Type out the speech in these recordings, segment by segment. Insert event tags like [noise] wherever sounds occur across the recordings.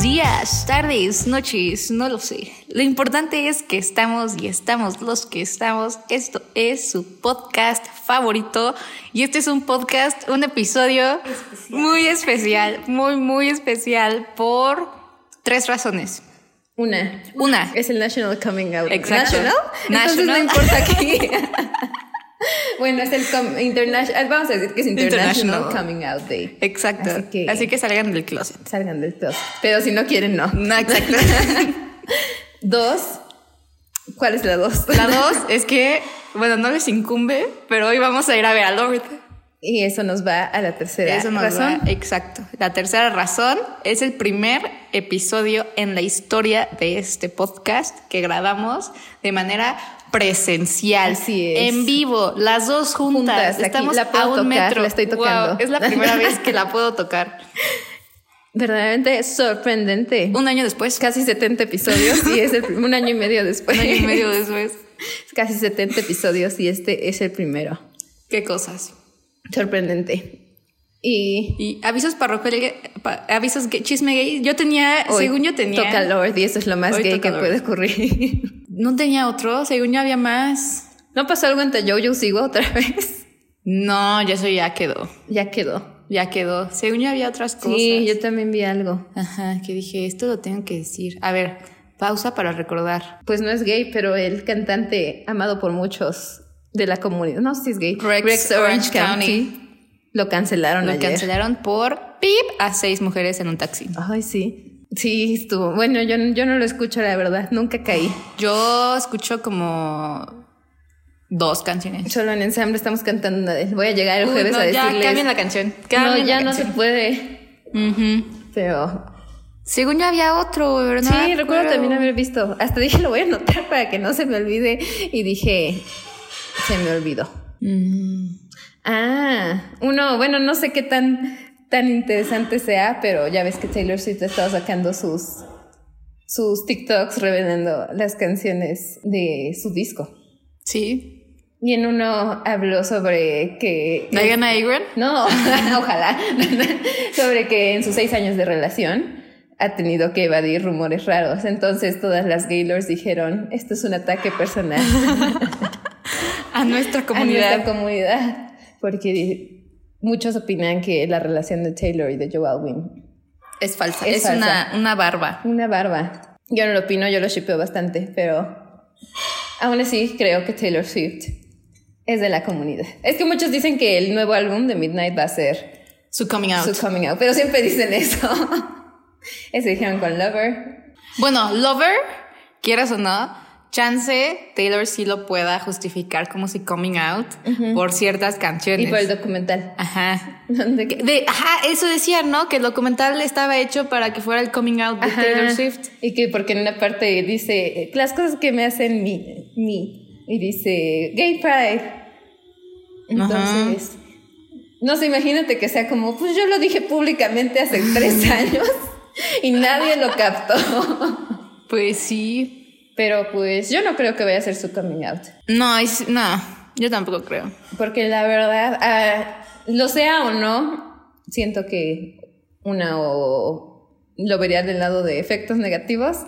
días, tardes, noches, no lo sé. Lo importante es que estamos y estamos los que estamos. Esto es su podcast favorito y este es un podcast, un episodio Especial. muy especial, muy, muy especial por tres razones. Una. Una. Es el National Coming Out. Exacto. ¿National? Entonces National. no [laughs] importa aquí. bueno, es el com- international. Vamos a decir que es International, International. Coming Out Day. Exacto. Así que- salgan del closet. Salgan del todo. Pero si no quieren, no. No, exacto. [laughs] Dos. ¿Cuál es la dos? La dos es que, bueno, no les incumbe, pero hoy vamos a ir a ver a Lord. [laughs] Y eso nos va a la tercera Eso nos razón. va- exacto. La tercera razón es el primer episodio en la historia de este podcast que grabamos de manera presencial, Así es. en vivo, las dos juntas. Juntas, aquí. Estamos La puedo a un tocar, metro. la estoy Wow, tocando. es la primera vez que la puedo tocar. [laughs] Verdaderamente sorprendente. Un año después, Casi 70 episodios y es el prim- un año y medio después. un [laughs] año y medio después. Casi 70 episodios y este es el primero. Qué cosas. Sorprendente. Y Y avisos parroquiales, pa- avisos que chisme gay. Yo tenía, hoy según yo tenía, Toca Lord y eso es lo más Hoy gay toca que Lord. puede ocurrir. [laughs] no tenía otro. Según yo había más. ¿No pasó algo entre Jojo Sigo otra [laughs] vez? No, ya eso ya quedó. Ya quedó. Ya quedó. Según yo había otras cosas. Sí, yo también vi algo. Ajá, que dije, esto lo tengo que decir. A ver, pausa para recordar. Pues no es gay, pero el cantante amado por muchos de la comunidad. No sé si es gay. Rex Orange Lo cancelaron Lo ayer. cancelaron por pip a seis mujeres en un taxi. Ay, sí. Sí, estuvo. Bueno, yo, yo no lo escucho, la verdad. Nunca caí. Yo escucho como dos canciones. Solo en ensamble estamos cantando una de él. Voy a llegar el Uy, jueves no, a ya, decirles. cambien la canción. no, cambien la ya no se canción. puede. Ujú. Pero Según yo había otro, pero no Sí, me recuerdo acuerdo. también haber visto. Hasta dije, [laughs] lo voy a anotar para que no se me olvide. Y dije, se me olvidó. Mm. Ah, uno, bueno, no sé qué tan, tan interesante sea, pero ya ves que Taylor Swift ha estado sacando sus, sus TikToks revelando las canciones de su disco. Sí. Y en uno habló sobre que... Diana Agron. No, [laughs] ojalá. Sobre que en sus seis años de relación ha tenido que evadir rumores raros. Entonces todas las Gaylords dijeron, esto es un ataque [laughs] personal A nuestra a comunidad. nuestra comunidad. Porque muchos opinan que la relación de Taylor y de Joe Alwyn, Es falsa. Es, Es Una, una barba. una barba. Yo no lo opino, yo lo shipeo bastante, pero aún así creo que Taylor Swift es de la comunidad. Es que muchos dicen que el nuevo álbum de Midnight va a ser Su coming out. su coming out, pero siempre dicen eso. [laughs] eso dijeron con Lover. Bueno, Lover, quieras o no, chance Taylor sí lo pueda justificar como si coming out por ciertas canciones. Y por el documental. [laughs] Ajá. Donde Que- de- ajá, eso decía, ¿no? Que el documental estaba hecho para que fuera el coming out de Ajá. Taylor Swift. Y que porque en una parte dice, las cosas que me hacen mi, mi. Y dice, gay pride. Entonces, no sé, imagínate que sea como, pues yo lo dije públicamente hace [laughs] tres años y nadie lo captó. Pues sí. Pero pues yo no creo que vaya a ser su coming out. No, es- no, yo tampoco creo. Porque la verdad, ah, lo sea o no, siento que una o lo vería del lado de efectos negativos,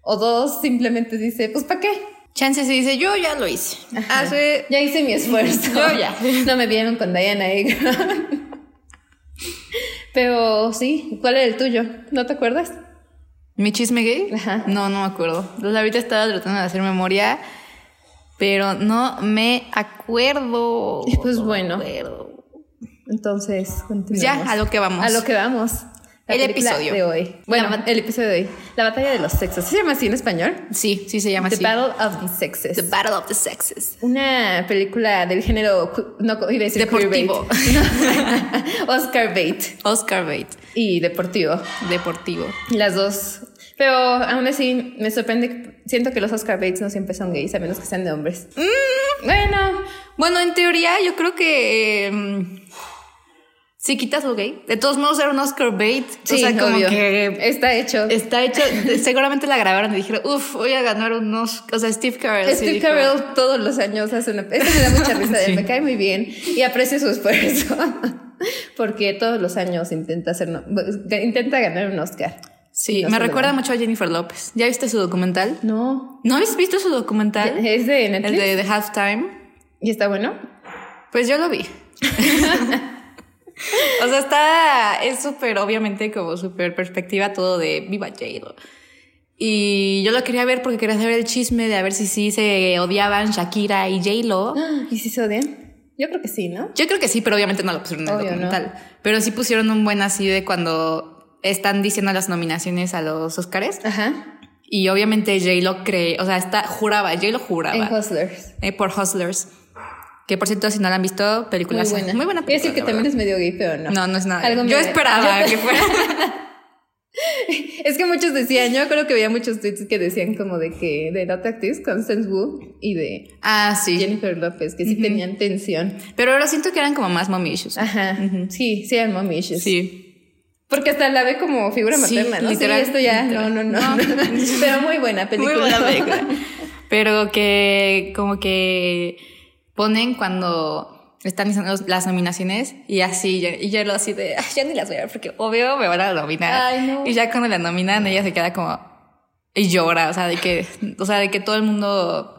o dos simplemente dice, pues ¿para qué? Chance se dice, yo ya lo hice. Hace... Ya hice mi esfuerzo. Yo ya. [laughs] No me vieron con Diana ¿eh? Agron. [laughs] Pero sí, ¿cuál era el tuyo? ¿No te acuerdas? ¿Mi chisme gay? Ajá. No, no me acuerdo. Entonces, ahorita estaba tratando de hacer memoria, pero no me acuerdo. Y, pues, No me bueno. acuerdo. Entonces, continuamos. Ya, a lo que vamos. A lo que vamos. La El película episodio. de hoy. Bueno, La bat- el episodio de hoy. La batalla de los sexos. ¿Se llama así en español? Sí, sí se llama The así. Battle of the Sexes. The Battle of the Sexes. Una película del género, cu- no co- iba a decir queerbait. Deportivo. No, Oscar bait [laughs] Oscar Bate, y deportivo, deportivo. las dos. Pero aún así me sorprende, que- siento que los Oscar baits no siempre son gays, a menos que sean de hombres. Mm, Bueno, Bueno, en teoría yo creo que em, si quitas lo gay, de todos modos era un Oscar Bate. sí, o sea, como obvio. que está hecho. está [laughs] hecho, seguramente la grabaron y dijeron, uff, voy a ganar un Oscar. O sea, Steve Carell. sí Steve dijo, Carell todos los años hace una... Esto me da mucha risa, de [laughs] él, Sí. me cae muy bien y aprecio su [laughs] esfuerzo. Porque todos los años intenta, hacer, no- intenta ganar un Oscar. Sí, No me se lo recuerda dan. mucho a Jennifer López. ¿Ya viste su documental? No. ¿No habéis visto su documental? ¿Es de El Netflix? de The Halftime. ¿Y está bueno? Pues yo lo [laughs] vi. o sea, está. Es súper, obviamente, como súper perspectiva todo de Viva J-Lo. Y yo lo quería ver porque quería saber el chisme de a ver si sí se odiaban Shakira Oh, y J-Lo. Ah, ¿Y si se odian? Yo creo que sí, ¿no? Yo creo que sí, pero obviamente no lo pusieron en el Obvio, ¿no? documental. Pero sí pusieron un buen así de cuando están diciendo las nominaciones a los Oscars. Ajá. Y obviamente J lo cree, o sea, está, juraba, J lo En juraba Hustlers. eh, por Hustlers. Que por cierto, si no la han visto, película Muy buena. muy buena Quiere película. decir que la también verdad. es medio gay, pero no. No, no es nada. Algo yo medio- esperaba que fuera. Es que muchos decían, yo creo que había muchos tweets que decían como de que de la otra actriz, Constance Wu, y de [laughs] ah, sí. Jennifer López, que sí tenían tensión. Pero ahora siento que eran como más mommy issues. Ajá. Sí, sí, eran mommy issues. Sí. Porque hasta la ve como figura Sí, materna, ¿no? literal, sí, esto ya, literal. no, no, no. [laughs] Pero muy buena película. Muy buena [laughs] película. [laughs] Pero que como que ponen cuando están diciendo los- las nominaciones y así, ya- y yo lo así de, "Ay, ya ni las voy a ver porque obvio me van a nominar. Ay, no. Y ya cuando la nominan, ella se queda como, y llora, o sea, de que, o sea, de que todo el mundo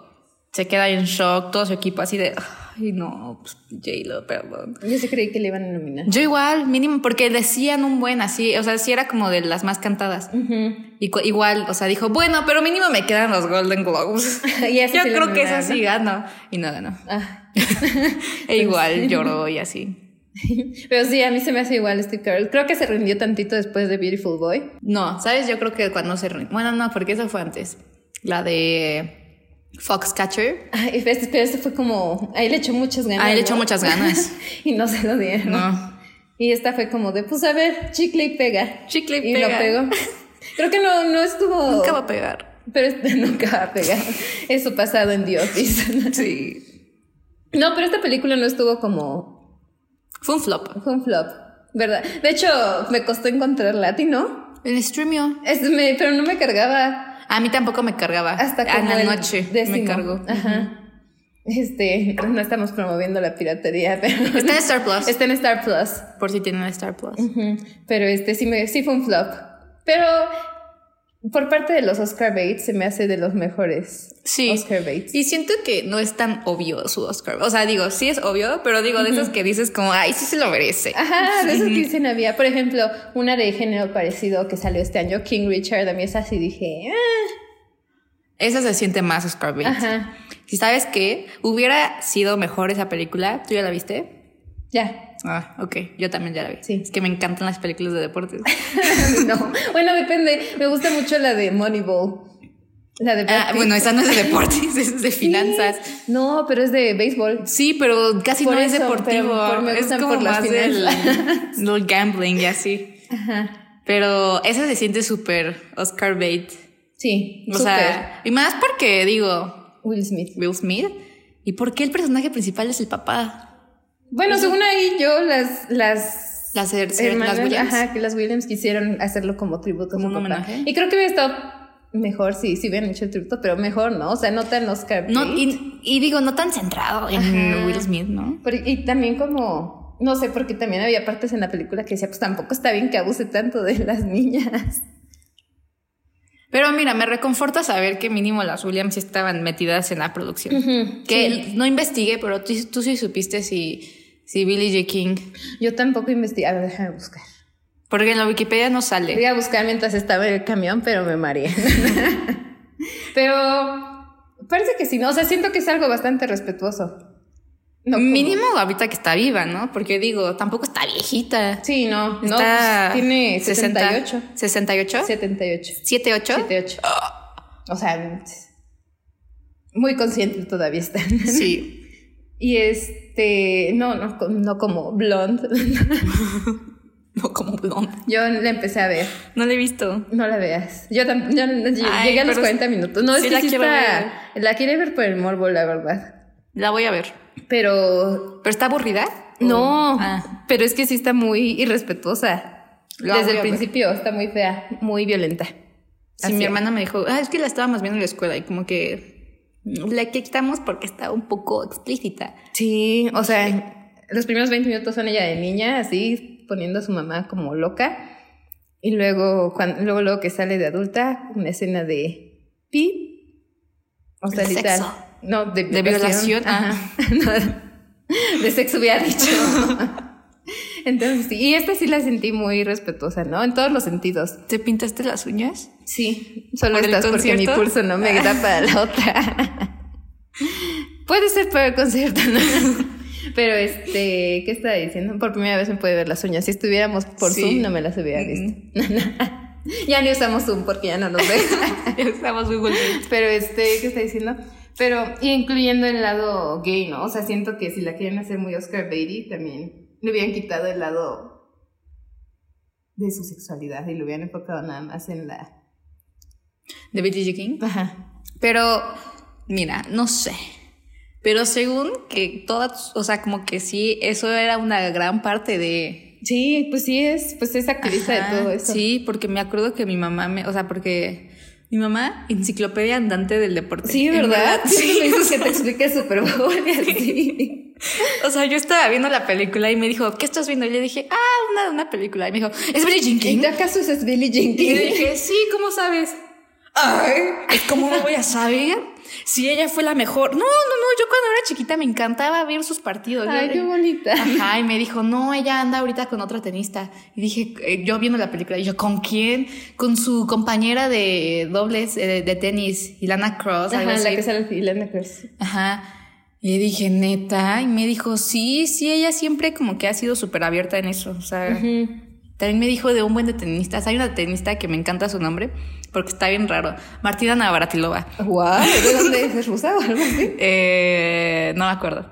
se queda en shock, todo su equipo así de, ay, no, pues, J-Lo, perdón. Yo sí creí que le iban a nominar. Yo igual, mínimo, porque decían un buen así, o sea, sí era como de las más cantadas. Y cu- igual, o sea, dijo, bueno, pero mínimo me quedan los Golden [laughs] Globes. [laughs] Y esa Yo sí la creo que nominaron, esa sí ganó. Y no ganó. Ah. [laughs] E igual lloró y así. Pero sí, a mí se me hace igual Steve Carell. Creo que se rindió tantito después de Beautiful Boy. No, ¿sabes? Yo creo que cuando se... reunió- Bueno, no, porque esa fue antes. La de Foxcatcher. Ay, pero este- pero este fue como... Ahí le echó muchas ganas. Ahí le ¿no? echó muchas ganas. [laughs] y no se lo [laughs] dieron. No. Y esta fue como de, pues a ver, chicle y pega. Chicle y Y pega. lo [laughs] pegó. Creo que no, no estuvo... Nunca va a pegar. Pero este [laughs] nunca va a pegar. Eso pasado en The [laughs] Office. [laughs] Sí. no, pero esta película no estuvo como... Fue un flop. Fue un flop, ¿verdad? De hecho, me costó encontrarla a ti, ¿no? En streamio. Es, me, pero no me cargaba A mí tampoco me cargaba. hasta como En la el noche me décimo. cargó. Ajá. Este, [laughs] no estamos promoviendo la piratería, [laughs] pero... Está en Star Plus. [laughs] Está en Star Plus. Por si tienen Star Plus. Ujú, Pero este sí, me, sí fue un flop. Pero por parte de los Oscar Bates se me hace de los mejores Sí. Oscar Bates. Y siento que no es tan obvio su Oscar. O sea, digo, sí es obvio, pero digo, de esos que dices como, ay, sí se lo merece. Ajá, de esos que dicen había, por ejemplo, una de género parecido que salió este año, King Richard, a mí es así, dije, ah, Esa se siente más Oscar Bates. ajá, Si sabes que hubiera sido mejor esa película, ¿tú ya la viste? ya, [laughs] Ah, ok, yo también ya la vi. Sí. Es que me encantan las películas de [laughs] deportes. no, bueno, depende, me gusta mucho la de Moneyball, la de Brad Ah, Pitt. bueno, esa no es de deportes, [laughs] es de Sí. finanzas. No, pero es de béisbol. Sí, pero casi Por no es eso, deportivo. pero por- me es gustan como por las más del, [laughs] del gambling y así. Ajá, Pero esa se siente súper Oscar Bates. sí, O súper. sea, y más porque digo, Will Smith. Will Smith. ¿Y por qué el personaje principal es el papá? Bueno, según ahí yo las las Las, her- las hermanas, Williams. ajá, que las Williams quisieron hacerlo como tributo, Como como un un homenaje. Y creo que hubiera estado mejor si sí, hubieran hecho el tributo, pero mejor no, o sea, no tan Oscar. No, Bate. y, y digo, no tan centrado en Ajá. Will Smith, ¿no? Por- y también como no sé, porque también había partes en la película que decía, pues tampoco está bien que abuse tanto de las niñas. [laughs] Pero mira, me reconforta saber que mínimo las Williams sí estaban metidas en la producción. Ujú, Que sí. no investigué, pero tú, tú sí supiste si, si Billie J. King. Yo tampoco investigué, a ver, déjame buscar. Porque en la Wikipedia no Voy sale. a buscar mientras estaba en el camión, pero [laughs] me mareé. pero parece que sí, ¿no? O sea, siento que es algo bastante respetuoso. No, como- mínimo ahorita que está viva, ¿no? Porque digo, tampoco está viejita. Sí, no, no, Está ¿Ah? pues, tiene 60, 78. 68. 78. 78. 78. Ah. O sea, muy consciente todavía está. Sí. Y este, no, no, co- no como blonde. [laughs] [laughs] No, como blonde. Yo la empecé a ver, No la he visto. no la veas. Yo también, Ay, llegué a los pero 40 minutos. No, sí es que la sí quiero está- la quiere ver por el morbo, la verdad. La voy a ver. Pero ¿Pero está aburrida? Oh, no, Ah. pero es que sí está muy irrespetuosa. La voy Desde a ver. el principio está muy fea, muy violenta. Sí, Así mi es. hermana me dijo, ah, es que la estábamos viendo en la escuela y como que la quitamos porque está un poco explícita. Sí, o sea, los primeros 20 minutos son ella de niña, así poniendo a su mamá como loca. Y luego, cuando, luego, luego que sale de adulta, una escena de pi. O sea, ¿De literal. sexo? No, de, ah. De violación. Ajá. de sexo hubiera [laughs] dicho. Entonces, sí. Y esta sí la sentí muy respetuosa, ¿no? En todos los sentidos. ¿Te pintaste las [laughs] uñas? Sí, solo ¿Por el estás porque mi concierto? pulso no me da para la otra. [laughs] Puede ser para el concierto, ¿no? [laughs] Pero este, ¿qué estaba diciendo? Por primera vez me puede ver las uñas. Si estuviéramos por Sí. Zoom, no me las hubiera visto. ya ni usamos Zoom porque ya no nos [laughs] ven. Estamos muy golpeados. Pero este, ¿qué está diciendo? Pero y incluyendo el lado gay, ¿no? O sea, siento que si la quieren hacer muy Oscar Beatty, también le hubieran quitado el lado de su sexualidad y lo hubieran enfocado nada más en la... De BTG King. Ajá. Pero, mira, no sé. Pero según que todas, o sea, como que sí, eso era una gran parte de... Sí, pues sí es, pues es activista Ajá, de todo eso. Sí, porque me acuerdo que mi mamá me, o sea, porque mi mamá, enciclopedia andante del deporte. Sí, En ¿verdad? [laughs] Sí, sí. me dices que te explique Super Bowl y así. O sea, yo estaba viendo la película y me dijo, ¿qué estás viendo? Y le dije, ah, una, una película. Y me dijo, ¿es Billie Jean ¿Y King? tú acaso es Billie Jean Y le King? dije, sí, ¿cómo sabes? Ay, ¿cómo no voy a saber? Si ella fue la mejor. No, no, no, yo cuando era chiquita me encantaba ver sus partidos. Yo- [laughs] Ay, qué bonita. Ajá, y me dijo, no, ella anda ahorita con otra tenista. Y dije, eh, yo viendo la película, y yo, ¿con quién? Con su compañera de dobles eh, de tenis, Ilana Cross. algo Ajá, la así. que sale Filana Cruz. Ajá. Y dije, neta. Y me dijo, sí, sí, ella siempre como que ha sido súper abierta en eso. O sea, también me dijo de un buen de tenistas. Hay una tenista que me encanta su nombre porque está bien raro. Martina Navratilova. Guau, ¿de dónde es? ¿Es rusa o algo así? Eh, no me [laughs] acuerdo.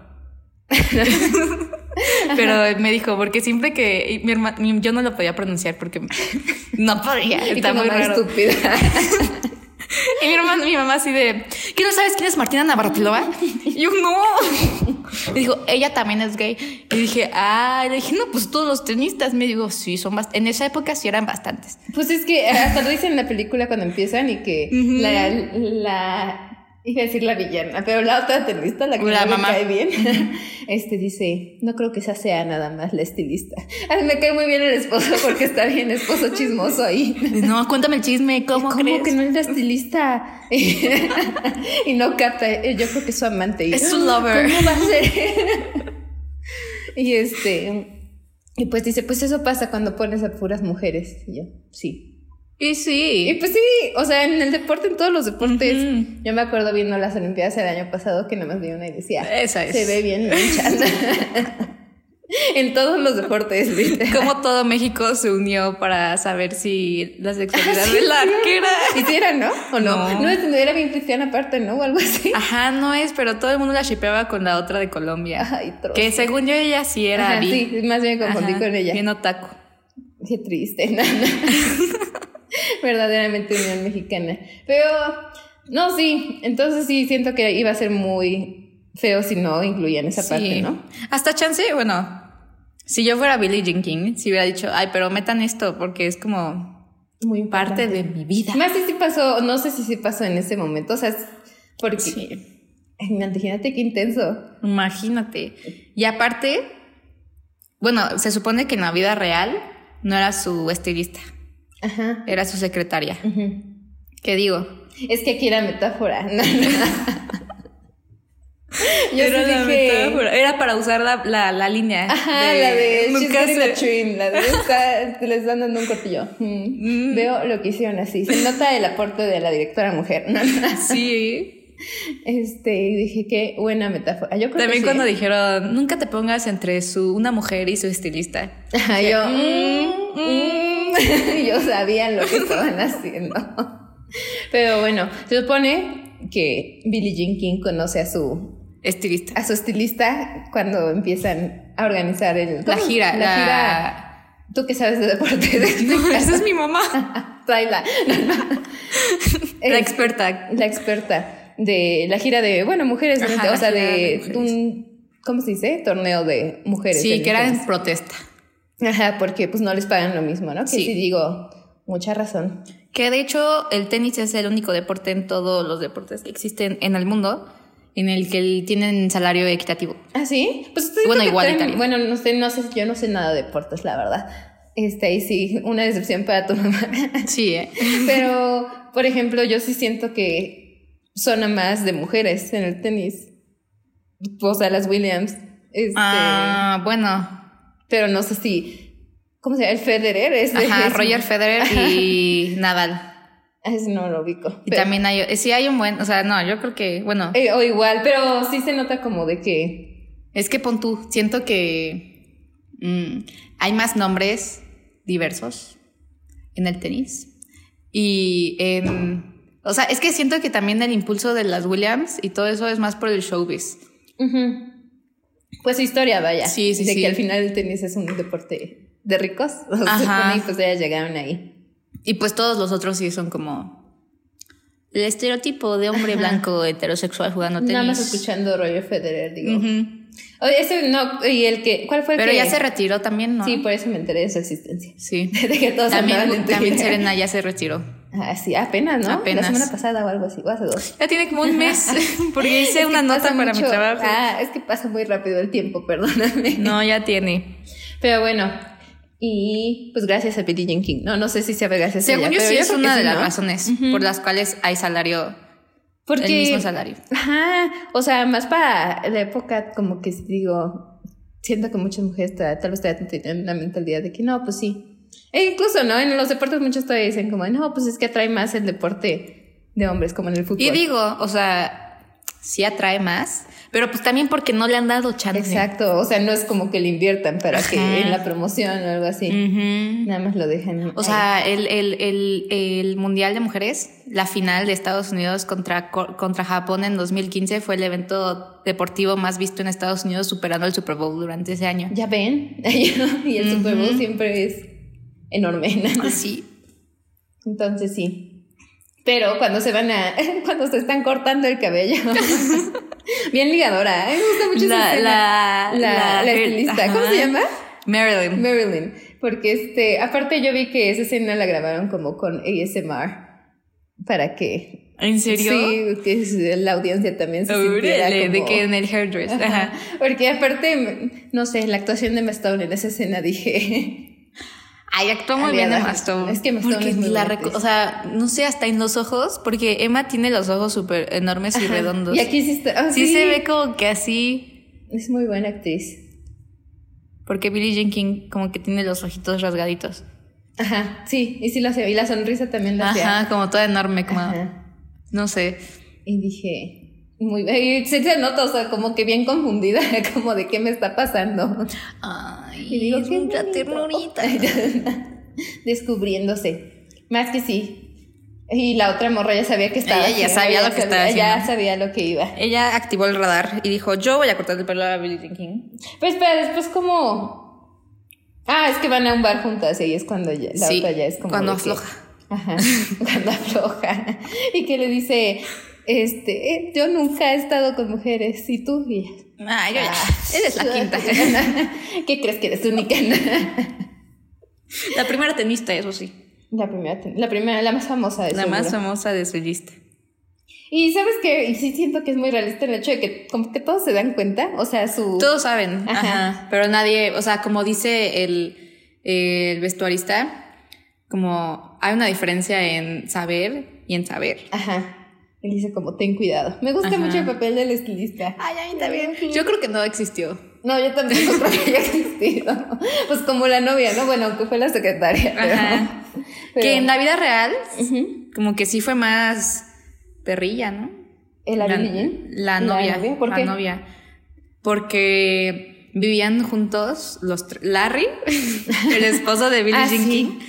Pero me dijo, porque siempre que y mi herma- mi- yo no lo podía pronunciar porque [laughs] no podía, Y está tu muy mamá raro. estúpida. Y mi hermano, mi mamá así de, ¿qué no sabes quién es Martina Navratilova? Y yo, no. Y dijo, ella también es gay. Y dije, ah, y le dije, no, pues todos los tenistas. Me dijo, sí, son bast- En esa época sí eran bastantes. Pues es que hasta lo dicen en la película cuando empiezan y que Ujú. la, la, iba a decir la villana, pero la otra tenista, la que La no me mamá. cae bien, [laughs] este dice, no creo que esa sea nada más la estilista. Ay, me cae muy bien el esposo porque está bien esposo chismoso ahí. No, cuéntame el chisme, ¿cómo, ¿Cómo crees? que no es la estilista? [laughs] y no capta, eh, yo creo que es su amante. Y, "Ah, Es su lover. ¿Cómo va a ser? [laughs] [laughs] y este, y pues dice, pues eso pasa cuando pones a puras mujeres. Y yo, sí. Y Y sí. pues sí, o sea, en el deporte, en todos los deportes. Ujú. Yo me acuerdo viendo las Olimpiadas el año pasado que nada más vi una y decía, Esa es. se ve bien manchada. [laughs] en todos los deportes, literal. Como todo México se unió para saber si la sexualidad de la arquera. Y Ah, sí era, ¿no? ¿O no? No. No, es- era bien cristiana aparte, ¿no? O algo así. Ajá, no es, pero todo el mundo la shipeaba con la otra de Colombia. Ay, trozo. Que según yo ella sí era Ajá, bi. sí, más bien me confundí Ajá, con ella. Bien otaku. Qué triste, nana. [laughs] Verdaderamente unión mexicana. Pero, no, sí, entonces sí siento que iba a ser muy feo si no incluían esa parte, ¿no? Hasta chance, bueno, si yo fuera Billie Jean King, si hubiera dicho, ay, pero metan esto porque es como Muy parte de mi vida. Más si sí pasó, no sé si sí pasó en ese momento, o sea, es porque Sí. Ay, imagínate qué intenso. Imagínate. Y aparte, bueno, se supone que en la vida real no era su estilista, Ajá. era su secretaria. Ujú. ¿Qué digo? Es que aquí era metáfora. [laughs] No, no. Yo era sí la dije, metáfora. Era para usar la, la, la línea. Ajá, la de She's Nunca Getting a se... Train, la [laughs] de está, te les están dando un cortillo. Mm. Mm. Veo lo que hicieron así. Se nota el aporte de la directora mujer. [laughs] No, no. [laughs] Sí. Este, y dije, qué buena metáfora. Yo [laughs] creo que También sí, cuando ¿eh? dijeron, nunca te pongas entre su, una mujer y su estilista. Ajá, yo, Mm, mm, [laughs] mm. yo sabía lo que estaban haciendo. Pero bueno, se supone que Billie Jean King conoce a su, Estilista. [laughs] a su estilista cuando empiezan a organizar el, La ¿cómo? gira. La, La, gira. Tú que sabes de deporte. [laughs] [laughs] Esa es mi mamá. Tráela. La Ah, Es- experta. la experta de la gira de, bueno, mujeres, Ajá, durante- o la sea, gira de de mujeres. un, ¿cómo se dice? Torneo de mujeres. Sí, del que era internet. en protesta. Ajá, porque pues no les pagan lo mismo, ¿no? Que Sí. sí digo, mucha razón. Que de hecho el tenis es el único deporte en todos los deportes que existen en el mundo en el que tienen salario [laughs] equitativo. ¿Ah, sí? Pues estoy Bueno, creo que igual traen- Italia. Bueno, no sé, no sé, yo no sé nada de deportes, la verdad. este, ahí sí, una decepción para tu [laughs] mamá. Sí, ¿eh? Este. Pero, por ejemplo, yo sí siento que zona más de mujeres en el tenis. O sea, las Williams. Este, Ah, bueno. Pero no sé si. ¿Cómo se llama? El Federer es de. Ajá, es- Roger Federer [laughs] y Nadal. Ah, ese no lo ubico. Y pero- también hay, eh, sí hay un buen, o sea, no, yo creo que, bueno, eh, o igual, pero sí se nota como de que. es que pon tú, siento que mm, hay más nombres diversos en el tenis y en, o sea, es que siento que también el impulso de las Williams y todo eso es más por el showbiz. ujú, Pues su historia, vaya. Sí, sí, De sí. que al final el tenis es un deporte de ricos. O sea, Ajá. supone, y pues ya llegaron ahí. Y pues todos los otros sí son como el estereotipo de hombre blanco heterosexual jugando tenis. Nada más escuchando Roger Federer, digo. Ujú. Oye, ese no. Y el que. ¿Cuál fue el Pero que.? ya se retiró también, ¿no? Sí, por eso me enteré de su existencia. [laughs] Sí. De que todos andaban También, en también Twitter. Serena ya se retiró. Ah, sí, apenas, ¿no? Apenas. La semana pasada o algo así, o hace dos. Ya tiene como un [laughs] mes, porque hice Es que una nota pasa para mi mucho- trabajo. Ah, es que pasa muy rápido el tiempo, [laughs] perdóname. No, ya tiene. Pero bueno, y pues gracias a Billie Jean King. No, no sé si sea gracias a Según ella, yo pero sí es creo que una de las ¿no? razones por las cuales hay salario, Porque, el mismo salario. Ajá, o sea, más para la época como que digo, siento que muchas mujeres ta- tal vez todavía tienen la mentalidad de que no, pues sí. E incluso, ¿no? En los deportes muchos todavía dicen como, no, pues es que atrae más el deporte de hombres como en el fútbol. Y digo, o sea, sí atrae más, pero pues también porque no le han dado chance. Exacto, o sea, no es como que le inviertan para que Ajá. en la promoción o algo así. Ujú. Nada más lo dejan. O sea, el, el, el, el Mundial de Mujeres, la final de Estados Unidos contra, co- contra Japón en 2015 fue el evento deportivo más visto en Estados Unidos, superando el Super Bowl durante ese año. ahí. ya ven, [laughs] y el Super Bowl siempre es enorme. [laughs] ¿no? Sí. Entonces sí. Pero cuando se van a, [laughs] cuando se están cortando el [laughs] cabello. Bien ligadora, ¿eh? me gusta mucho esa La, escena. la, La, la estilista, ¿cómo ajá. se llama? Marilyn. Marilyn. Porque este, aparte yo vi que esa escena la grabaron como con ASMR. Para que ¿En serio? Sí, que es- la audiencia también se sintiera Órale, de como- que [laughs] en el hairdress. Ajá. Ajá. Porque aparte, m- no sé, la actuación de Mastone en esa escena dije... Ay, actúa muy Aliada. bien Emma Stone. Es que Emma Stone Porque es muy la buena reco- actriz. O sea, no sé, hasta en los ojos, porque Emma tiene los ojos súper enormes [laughs] y redondos. Y aquí sí está... ah, sí, sí, se ve como que así. Es muy buena actriz. Porque Billie Jean King como que tiene los ojitos rasgaditos. Ajá, sí, y sí lo hace. Y la sonrisa también la hace. Ajá, como toda enorme, como... Ajá. No sé. Y dije... Muy bien. Se, se nota, o sea, como que bien confundida, [laughs] como de qué me está pasando. Ay, Y digo, es qué mucha bonito. ternurita. Descubriéndose. Más que sí. Y la otra morra ya sabía que estaba. Ella ya haciendo, sabía lo que estaba Ya haciendo. sabía lo que iba. Ella activó el radar y dijo, yo voy a cortar el pelo a Billie Jean King. Pues pero después como... Ah, es que van a un bar juntas y ahí es cuando ya, la Sí, otra ya es como... cuando de que- afloja. Ajá, [laughs] cuando afloja. Y que le dice, este, eh, yo nunca he estado con mujeres, ¿y tú? Y ella, Ay, yo ya. "Ah, [laughs] Esa es la [laughs] quinta. ¿Qué crees que eres única? [laughs] la primera tenista, eso sí. la primera, la primera, la más famosa de La más seguro. famosa de su lista. Y ¿sabes qué? Y sí siento que es muy realista el hecho de que como que todos se dan cuenta, o sea, su... Todos saben, Uh. Ajá. ajá, Pero nadie, o sea, como dice el, el vestuarista, como hay una diferencia en saber y en saber. Ajá. Él dice como, ten cuidado. Me gusta Ajá. mucho el papel del estilista. Ay, a mí también. Yo creo que no existió. No, yo [laughs] tampoco creo que haya existido. Pues como la novia, ¿no? Bueno, aunque fue la secretaria. pero- Ajá. pero- Que en la vida real, Ujú. como que sí fue más perrilla, ¿no? ¿El la, Avilillín? la novia. ¿Por la qué? novia. Porque vivían juntos los tres. [laughs] Larry, el esposo de Billie Ah, Jean sí. King,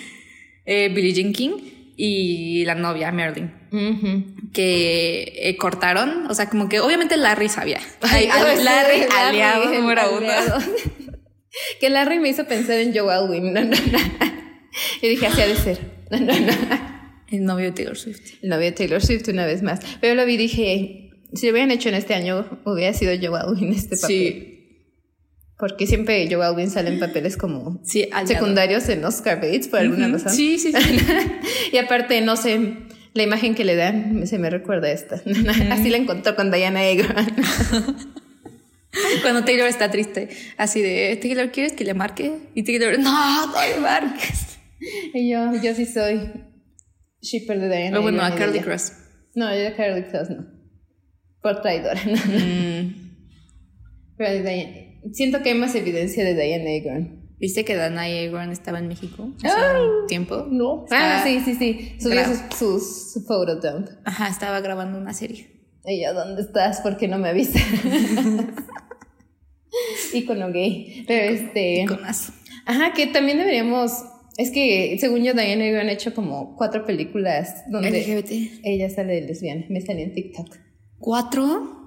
eh, Billie Jean King y la novia, Merlin. Ujú. que eh, cortaron, o sea, como que obviamente Larry [laughs] sabía. Ay, Yo al- sé, Larry, aliado el número aliado. uno. [laughs] que Larry me hizo pensar en Joe Alwyn. No, no, no. [laughs] Yo dije, así ha de ser. No, no, no. El novio de Taylor Swift. El novio de Taylor Swift una vez más. Pero lo vi y dije, si lo hubieran hecho en este año, hubiera sido Joe Alwyn este papel. Sí, Porque siempre Joe Alwyn sale en papeles como sí, aliado. secundarios en Oscar Bates, por alguna Ujú. razón. Sí, sí, sí. [laughs] [laughs] y aparte, no sé, la imagen que le [laughs] dan se me recuerda a esta. Así la encontró con Diana Agron. Cuando Taylor está triste, así de, Taylor, ¿quieres que le marque? Y Taylor, no, no le marques. [laughs] Y yo, yo sí soy shipper de Diana. Pero bueno, Irene a y Carly ella. Cross. No, yo a Carly Cross no. Por traidora, [laughs] no. Mm, Pero de Diana- Siento que hay más evidencia de Diana Agron. ¿Viste que Danai Agron estaba en México hace un tiempo? No. Está- Ah, sí, sí, sí. Subió Claro. sus- sus- su, photo dump. Ajá, estaba grabando una serie. Y yo, ¿dónde estás? ¿Por qué no me avisas? [laughs] Icono gay. Pero este. Con más. Ajá, que también deberíamos. Es que según yo, Diana Agron ha hecho como cuatro películas donde LGBT. ella sale de lesbiana. Me salió en TikTok. ¿Cuatro?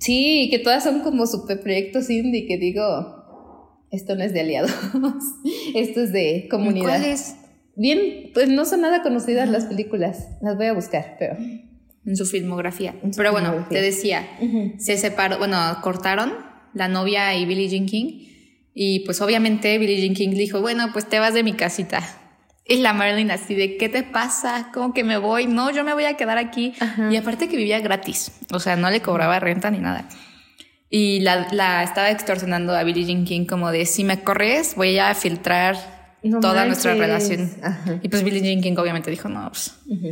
Sí, y que todas son como super proyectos indie que digo, esto no es de aliados, [laughs] esto es de comunidad. ¿Cuál es? Ah. Bien, pues no son nada conocidas las películas, las voy a buscar, pero... En su filmografía. En su Pero bueno, filmografía. te decía, se separó, bueno, cortaron la novia y Billie Jean King. Y pues obviamente Billie Jean King dijo, bueno, pues te vas de mi casita. Y la Marilyn así de, ¿qué te pasa? ¿Cómo que me voy? No, yo me voy a quedar aquí. Ajá. Y aparte que vivía gratis, o sea, no le cobraba renta ni nada. Y la, la estaba extorsionando a Billie Jean King como de, si me corres, voy a filtrar No toda nuestra manches. relación. Ajá. Y pues Billie Jean King obviamente dijo, no, pues Ujú.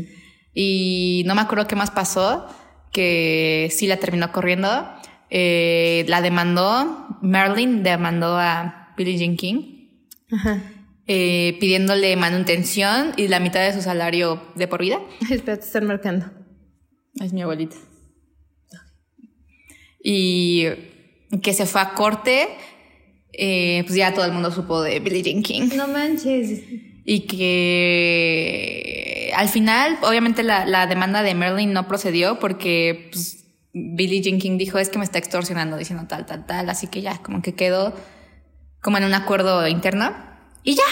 y no me acuerdo qué más pasó, que sí la terminó corriendo. Eh, la demandó, Marilyn demandó a Billie Jean King Ajá. eh, pidiéndole manutención y la mitad de su salario de por vida. Espera, te están marcando. Es mi abuelita. Y que se fue a corte, eh, pues ya todo el mundo supo de Billie Jean King. No manches. y que al final, obviamente, la, la demanda de Merlin no procedió porque pues, Billie Jean King dijo es que me está extorsionando diciendo tal, tal, tal, así que ya, como que quedó como en un acuerdo interno y ya.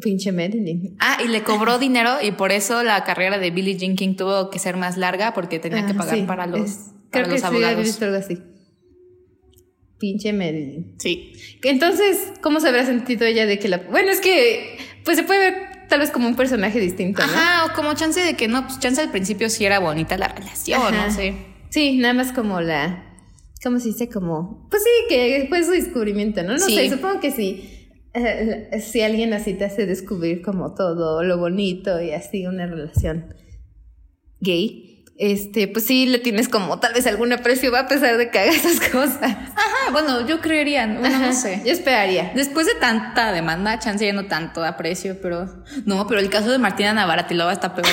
Pinche Marilyn. Ah, y le cobró dinero y por eso la carrera de Billie Jean King tuvo que ser más larga porque tenía que Ah, pagar sí, para los, es- para Creo los que sí, había abogados. visto algo así. Pinche Marilyn. Sí. Que Entonces, ¿cómo se habrá sentido ella de que la... Bueno, es que, pues se puede ver tal vez como un personaje distinto, ¿no? Ajá, o como chance de que no, pues chance al principio sí era bonita la relación, Ajá. no sé. Sí, nada más como la... ¿Cómo se dice? Como... Pues sí, que fue su descubrimiento, ¿no? No Sí. sé, supongo que sí. eh, la- si alguien así te hace descubrir como todo lo bonito y así una relación gay, este, pues sí le tienes como tal vez algún aprecio, va a pesar de que haga esas cosas. Ajá, bueno, yo creería, bueno, Ajá, Ah, no sé. Yo esperaría. Después de tanta demanda, chance ya no tanto aprecio, pero no, pero el caso de Martina Navratilova está peor.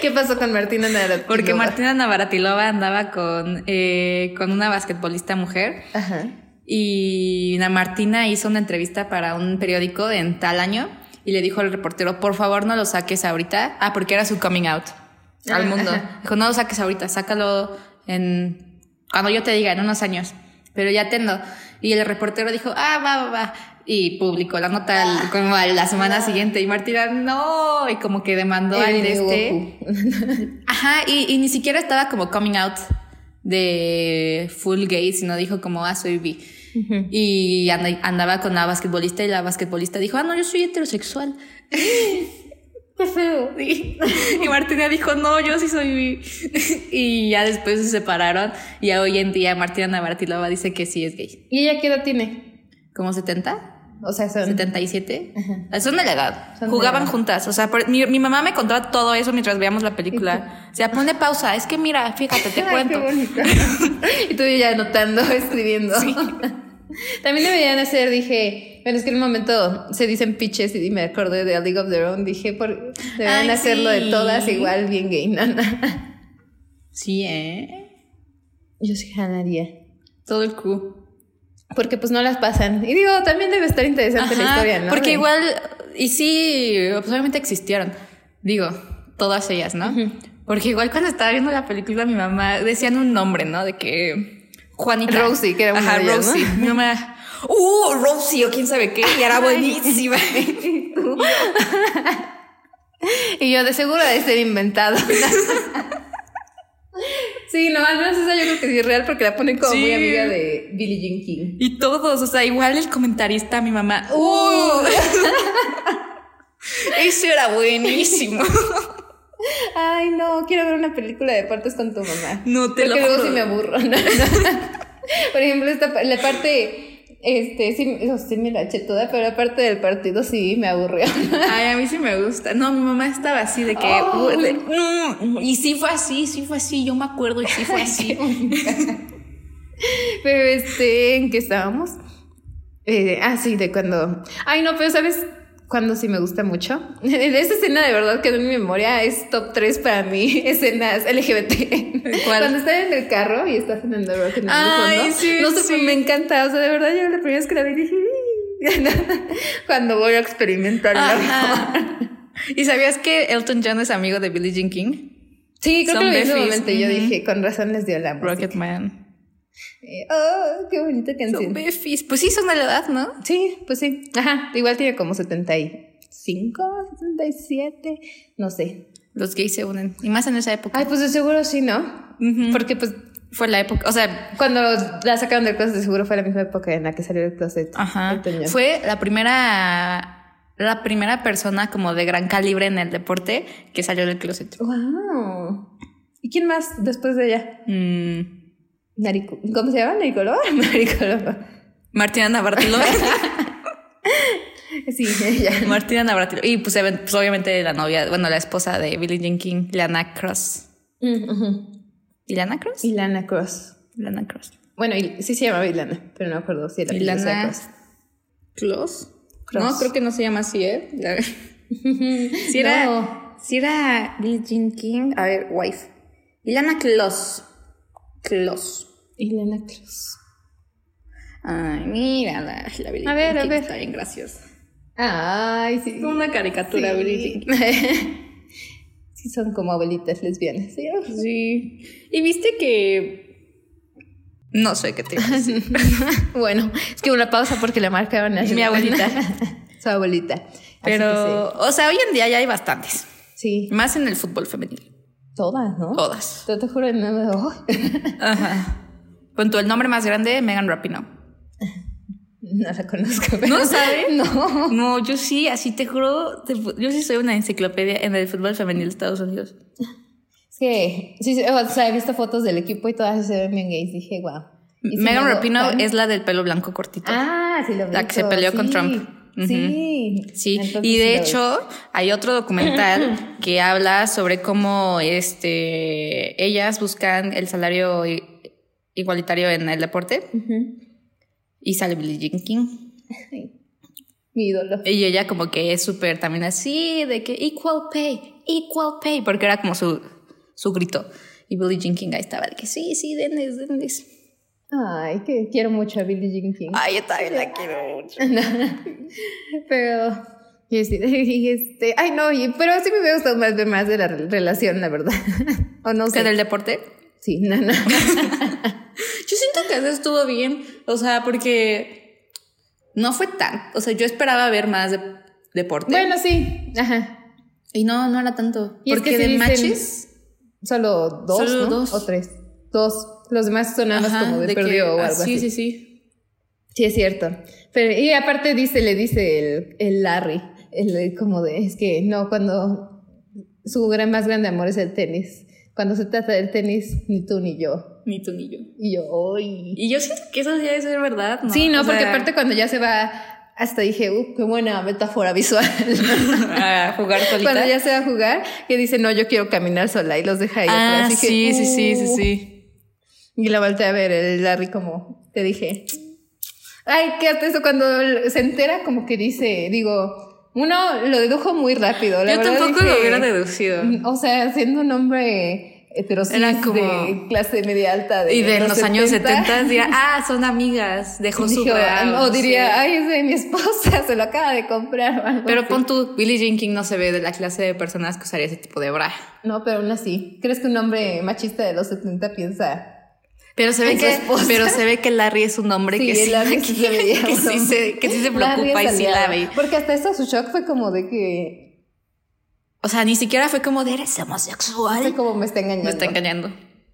¿Qué pasó con Martina Naratilova? [laughs] Porque Martina Navratilova andaba con, eh, con una basquetbolista mujer Ajá. y la Martina hizo una entrevista para un periódico en tal año y le dijo al reportero, por favor no lo saques ahorita. Ah, porque era su coming out al Ah, mundo. ajá. Dijo, no lo saques ahorita, sácalo en cuando yo te diga, en unos años. Pero ya tengo. Y el reportero dijo, ah, va, va, va. Y publicó la nota al- como a la Ah. semana siguiente. Y Martina, no. Y como que demandó al de Erin este. Iwoku. Ajá, y, y ni siquiera estaba como coming out de full gay, sino dijo como, ah, soy bi. Y anda- andaba con la basquetbolista y la basquetbolista dijo, ah, no, yo soy heterosexual. [laughs] Qué feo. Y, y Martina dijo, no, yo sí soy bi. [laughs] Y ya después se separaron y ya hoy en día Martina Navratilova dice que sí es gay. ¿Y ella qué edad tiene? ¿Como 70? O sea, son... Pues 77. Ajá. Ah, Son de la edad. Son de Jugaban la edad. juntas. O sea, por- mi, mi mamá me contaba todo eso mientras veíamos la película. O sea, ponle pausa. Es que mira, [laughs] fíjate, te Ay, cuento. qué bonito. y tú ya anotando, [laughs] escribiendo. También deberían hacer, dije, bueno, es que en un momento se dicen pitches y me acordé de A League of Their Own, dije, por, deberían Ay, hacerlo de sí. todas igual, bien gay, nana. Sí, ¿eh? [laughs] Yo sí jalaría. Todo el Q. Porque pues no las pasan. Y digo, también debe estar interesante la Ajá, historia, ¿no? Porque De- igual, y sí, pues obviamente existieron. Digo, todas ellas, ¿no? Porque igual cuando estaba viendo la película, mi mamá decían un nombre, ¿no? De que Juanita. Rosie, que era una Ajá, de ellas, ¿no? Rosie. Mi mamá, ¡uh! Rosie, o quién sabe qué. Y [laughs] era buenísima. Y yo de seguro de ser inventado. [laughs] sí, no, al menos esa yo creo que sí es real porque la ponen como Sí. muy amiga de Billie Jean King. y todos, o sea, igual el comentarista, mi mamá, [laughs] ¡uh! Eso era buenísimo. Ay, no, quiero ver una película de partes con tu mamá. No, te Porque lo luego juro. sí me aburro. ¿no? [laughs] No. Por ejemplo, esta, pa- la parte, este, sí, o sí me la eché toda, pero la parte del partido sí me aburrió. Ay, a mí sí me gusta. No, mi mamá estaba así de que. Ay. "Uy, de- no". Y sí fue así, sí fue así. Yo me acuerdo y sí fue así. Pero este, ¿en qué estábamos? Eh, ah, sí, de cuando. Ay, no, pero ¿sabes cuándo sí me gusta mucho? [laughs] Esa escena de verdad quedó en mi memoria, es top 3 para mí, [laughs] escenas LGBT. [laughs] ¿Cuál? Cuando estás en el carro y estás en el rock en el Ay, fondo, sí, no sé, sí. me encanta. O sea, de verdad, yo la primera vez que la vi dije. "Ay". [laughs] Cuando voy a experimentar el amor. Ajá. ¿Y sabías que Elton John es amigo de Billie Jean King? Sí, creo Son que lo vi en ese befis, momento. Yo ujú. dije, con razón les dio la Ah, música. Rocketman. Eh, oh, qué bonita Son canción. befis. Pues sí, son de la edad, ¿no? Sí, pues sí. Ajá, igual tiene como 75, 77, no sé. Los gays se unen. Y más en esa época. Ay, pues de seguro sí, ¿no? Ujú. Porque pues Fue la época. O sea, cuando la sacaron del closet, de seguro fue la misma época en la que salió el closet. ajá. Elton John. Fue la primera. La primera persona como de gran calibre en el deporte que salió del closet. ¡Wow! ¿Y quién más después de ella? Mm. Narico- ¿Cómo se llama? [laughs] ¿Naricolor? Naricolor. Martina [laughs] Navratilova. Sí, ella. Martina Navratilova. Y pues, even- pues, obviamente la novia, bueno, la esposa de Billie Jean King, Lana Cross. Mm, ujú. ¿Y Lana Cross? Ilana Cross. Lana Cross. Bueno, il- sí se llamaba Ilana, pero no me acuerdo si era Ilana- Ilana Cross. ¿Cross? Cross. No, creo que no se llama así, ¿eh? [laughs] Mm, si, era, No. si era Billie Jean King, a ver, wife. Lana Cross. Cross. Ilana Cross. Ay, mira la, la Billie A ver, Jean a King ver. Está bien graciosa. Ay, sí. Como una caricatura, Sí. Billie Jean King. [laughs] Sí, son como abuelitas lesbianas, ¿sí? Sí. Y viste que... No sé qué te iba a [laughs] decir. [laughs] Bueno, es que una pausa porque le marcaron a Mi abuelita. [laughs] Su abuelita. Así Pero, o sea, hoy en día ya hay bastantes. que Sí, Sí, Más en el fútbol femenil. todas, ¿no? Todas. Yo te juro, no me Ajá. Con tu el nombre más grande, Megan Rapino. [laughs] No la conozco. ¿No sabe? [laughs] No. No, yo sí, así te juro. te pu- yo sí soy una enciclopedia en el fútbol femenil de Estados Unidos. Es que, sí, sí, o sea, he visto fotos del equipo y todas se ven bien gays. Dije, wow. Megan Rapino es la del pelo blanco cortito. Ah, sí, lo vi. La que se peleó con Trump. Ujú. Sí. Sí, Entonces y sí de lo vi. hecho hay otro [clears throat] documental que habla sobre cómo este, ellas buscan el salario i- igualitario en el deporte Ujú. y sale Billie Jean King. Ay, Mi ídolo. Y ella como que es súper también así, de que equal pay, equal pay, porque era como su, su grito. Y Billie Jean King ahí estaba de que sí, sí, denles, denles. Ay, que quiero mucho a Billie Jean King. Ay, yo también la quiero mucho. Pero. Y este, y este- ay, no, y- pero sí me hubiera gustado más ver más de la re- relación, la verdad. [laughs] o no ¿Que sé. del deporte? Sí, [laughs] no, no. Yo siento que eso estuvo bien, o sea, porque no fue tan, o sea, yo esperaba ver más de deporte. bueno, sí. Ajá. Y no, no era tanto. Y es porque que sí de dicen- matches, Solo dos, Solo ¿no? dos. O tres. Dos. Los demás son nada más ajá, como de, de que- perdido o ah, algo sí, así. Sí. Sí, sí, es cierto. Pero, y aparte dice, le dice el, el Larry, el, el como de, es que no, cuando su gran más grande amor es el tenis. Cuando se trata del tenis, ni tú ni yo. Ni tú ni yo. Y yo, ay. Y yo siento que eso ya es de verdad, ¿no? Sí, no, O porque sea, aparte cuando ya se va, hasta dije, uh, qué buena metáfora visual. [laughs] a jugar solita. cuando ya se va a jugar, que dice, no, yo quiero caminar sola y los deja ahí Ah, atrás. sí, Dije, sí, sí, sí, "Uh". sí. Y la volteé a ver, el Larry como, te dije, ay, qué hasta eso, cuando él se entera, como que dice, digo, uno lo dedujo muy rápido. La Yo verdad, tampoco dije, lo hubiera deducido. O sea, siendo un hombre heterosis Era como- de clase media alta. De Y de los, años 70 [laughs] 70, diría, ah, son amigas, dejó su Dije, bra, ah, o no sé. diría, ay, es de mi esposa, [laughs] se lo acaba de comprar. o algo Pero así. pon tú, Billie Jean King no se ve de la clase de personas que usaría ese tipo de bra. No, pero aún así, ¿crees que un hombre machista de los 70 piensa? Pero se ve Es su que, esposa. pero se ve que Larry es un hombre Sí, que, sí, el Larry que, sí se veía [laughs] que un sí se, que sí [laughs] se Larry preocupa y es sí la aliado? ve. Porque hasta eso su shock fue como de que, O sea, ni siquiera fue como de eres homosexual. fue como me está engañando. Me está engañando.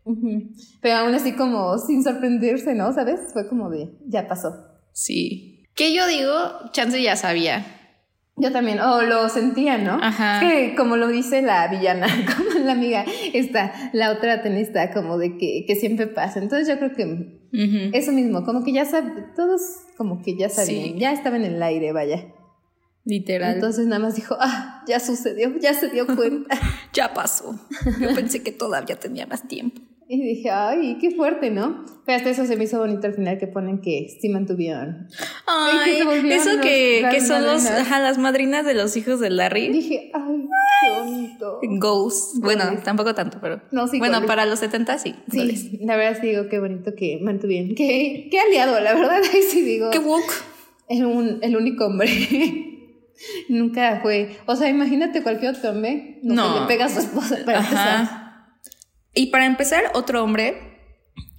Ujú. Pero aún así como sin sorprenderse, ¿no? ¿Sabes? Fue como de, ya pasó. Sí. Que yo digo, Chance ya sabía. Yo también, o lo sentía, ¿no? Ajá. Que como lo dice la villana, [laughs] como la amiga, esta, la otra tenista, como de que, que siempre pasa. Entonces yo creo que Ujú. eso mismo, como que ya sab- todos como que ya sabían, Sí. ya estaban en el aire, vaya. Literal. Entonces nada más dijo, ah, ya sucedió, ya se dio cuenta. ya pasó. Yo pensé que todavía tenía más tiempo. y dije, ay, qué fuerte, ¿no? Pero hasta eso se me hizo bonito al final que ponen que sí mantuvieron. Ay, que Ay, se volvieron eso los- que, las que son los, madrinas. ajá, las madrinas de los hijos de Larry. Dije, ay, qué bonito. Goals. Bueno, Goles. tampoco tanto, pero. No, sí, bueno, goles. para los 70 sí. goles. Sí, la verdad sí digo, qué bonito que mantuvieron. Qué, qué aliado, la verdad, [laughs] ahí sí digo. Qué woke. Es un, el único hombre. [laughs] Nunca fue. O sea, imagínate cualquier otro hombre. No. No. sé, Le pega a su esposa para empezar. Ajá. Y para empezar, otro hombre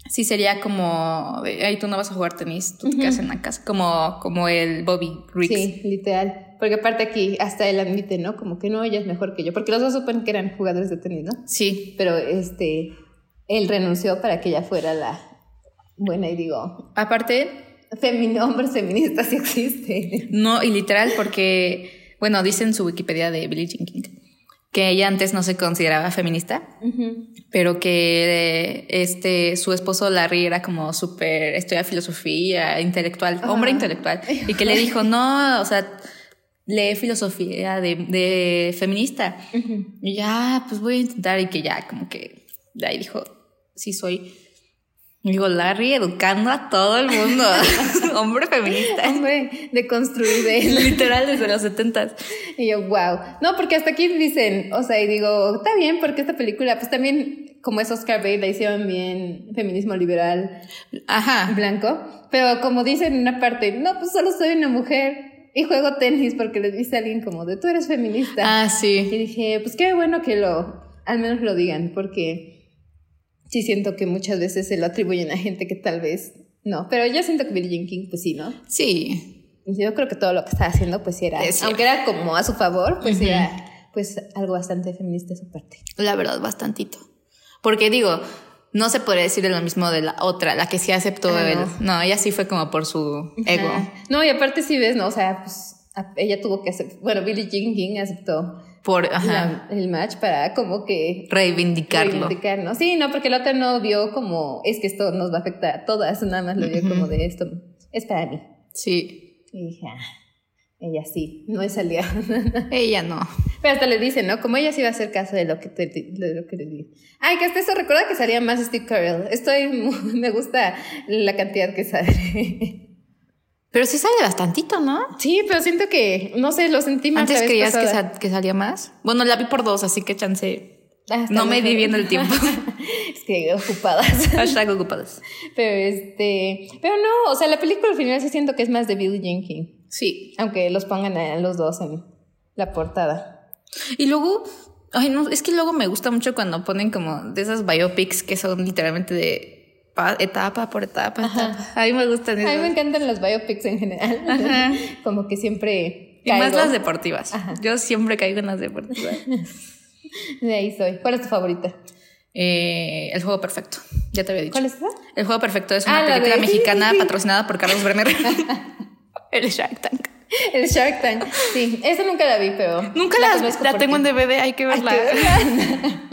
sí sería como. de, Ay, tú no vas a jugar tenis, tú te quedas en la casa. Como, como el Bobby Riggs. Sí, literal. Porque aparte aquí hasta él admite, ¿no? Como que no, ella es mejor que yo. Porque los dos suponen que eran jugadores de tenis, ¿no? Sí. Pero este. Él renunció para que ella fuera la buena. Y digo, Aparte, femin hombres feministas sí existen. No, y literal, porque, bueno, dice en su Wikipedia de Billie Jean King que ella antes no se consideraba feminista, Ujú. pero que eh, este, su esposo Larry era como súper, estudia filosofía, intelectual, hombre Ah. intelectual, y que le dijo, no, o sea, lee filosofía de, de feminista. Ujú. Y ya, pues voy a intentar, y que ya, como que, de ahí dijo, sí soy. Y Digo, Larry educando a todo el mundo, [laughs] hombre feminista. [laughs] [laughs] Hombre, de construir de él. Literal desde los setentas. Y yo, wow. No, porque hasta aquí dicen, o sea, y digo, está bien, porque esta película, pues también, como es Oscar Bate, la hicieron bien feminismo liberal Ajá. blanco. Pero como dicen en una parte, no, pues solo soy una mujer y juego tenis, porque les dice a alguien como de tú eres feminista. Ah, Y sí. dije, pues qué bueno que lo, al menos lo digan, porque sí siento que muchas veces se lo atribuyen a gente que tal vez no. Pero yo siento que Billie Jean King, pues sí, ¿no? Sí. Yo creo que todo lo que estaba haciendo, pues sí era, Es cierto. aunque era como a su favor, pues Ujú. era pues algo bastante feminista de su parte. La verdad, bastantito. Porque digo, no se podría decir lo mismo de la otra, la que sí aceptó Ah, el. no. No, ella sí fue como por su ego. Ajá. No, y aparte si ves, no, o sea, pues a- ella tuvo que aceptar, bueno, Billie Jean King aceptó Por ajá, la- el match para como que reivindicarlo. reivindicar, ¿no? Sí, no, porque la otra no vio como, es que esto nos va a afectar a todas, nada más lo vio Ujú. como de esto, es para mí. [laughs] Sí. Y dije, ah, ella sí, no es aliada. [laughs] Ella no. Pero hasta le dicen, ¿no? Como ella sí va a hacer caso de lo que, te, de lo que le dije. Ay, que hasta eso recuerda que salía más Steve Carell. Estoy, mu- [laughs] me gusta la cantidad que sale. Pero sí sale bastantito, ¿no? Sí, pero siento que, no sé, lo sentí más Antes la vez creías que, pasada. sa- que salía más. Bueno, la vi por dos, así que [laughs] chance. Ah, Hasta No la me di vez- bien el tiempo. [laughs] Es que ocupadas. Hashtag ocupadas. Pero este, pero no, o sea, la película al final sí siento que es más de Billie Jean King, Sí. aunque los pongan a los dos en la portada. Y luego, ay no, es que luego me gusta mucho cuando ponen como de esas biopics que son literalmente de pa- etapa por etapa, etapa. A mí me gustan A mí me esas. encantan los biopics en general. Ajá. [laughs] Como que siempre Y más caigo. las deportivas. Ajá. Yo siempre caigo en las deportivas. de ahí soy. ¿Cuál es tu favorita? Eh, el juego perfecto. Ya te había dicho. [laughs] ¿Cuál es esa? El juego perfecto es una Ah, la película de- sí, sí, mexicana [laughs] sí. patrocinada por Carlos Bremer. [laughs] el Shark Tank. El Shark Tank. Sí, esa nunca la vi, pero. Nunca la, la, conozco por tengo en ti. DVD, hay que Ay, qué verla. verga.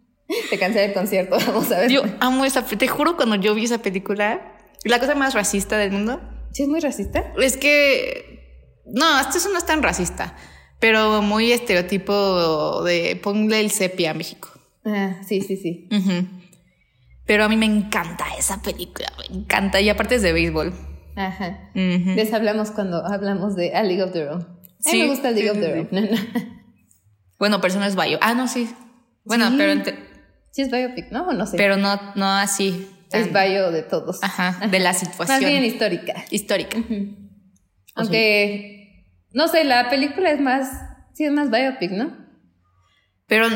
[laughs] Te cansé del concierto, vamos a ver. yo amo esa pe- Te juro, cuando yo vi esa película, la cosa más racista del mundo ¿Sí es muy racista? Es que. No, hasta eso no es tan racista. Pero muy estereotipo de ponle el sepia a México. Ah, sí, sí, sí. Ujú. Pero a mí me encanta esa película, me encanta. Y aparte es de béisbol. Ajá. Ujú. Les hablamos cuando hablamos de A League of Their Own. A mí Sí, me gusta League sí, of sí, Their Own. sí. Bueno, pero eso no es bio. Ah, no, sí. Bueno, Sí. pero, ente- Sí, es biopic, ¿no? O no sé. pero no, no así. tan- Ah, Pues es bio de todos. Ajá, de la Más bien situación histórica. histórica. Aunque. No sé, la película es más. Sí, es más biopic, ¿no? Pero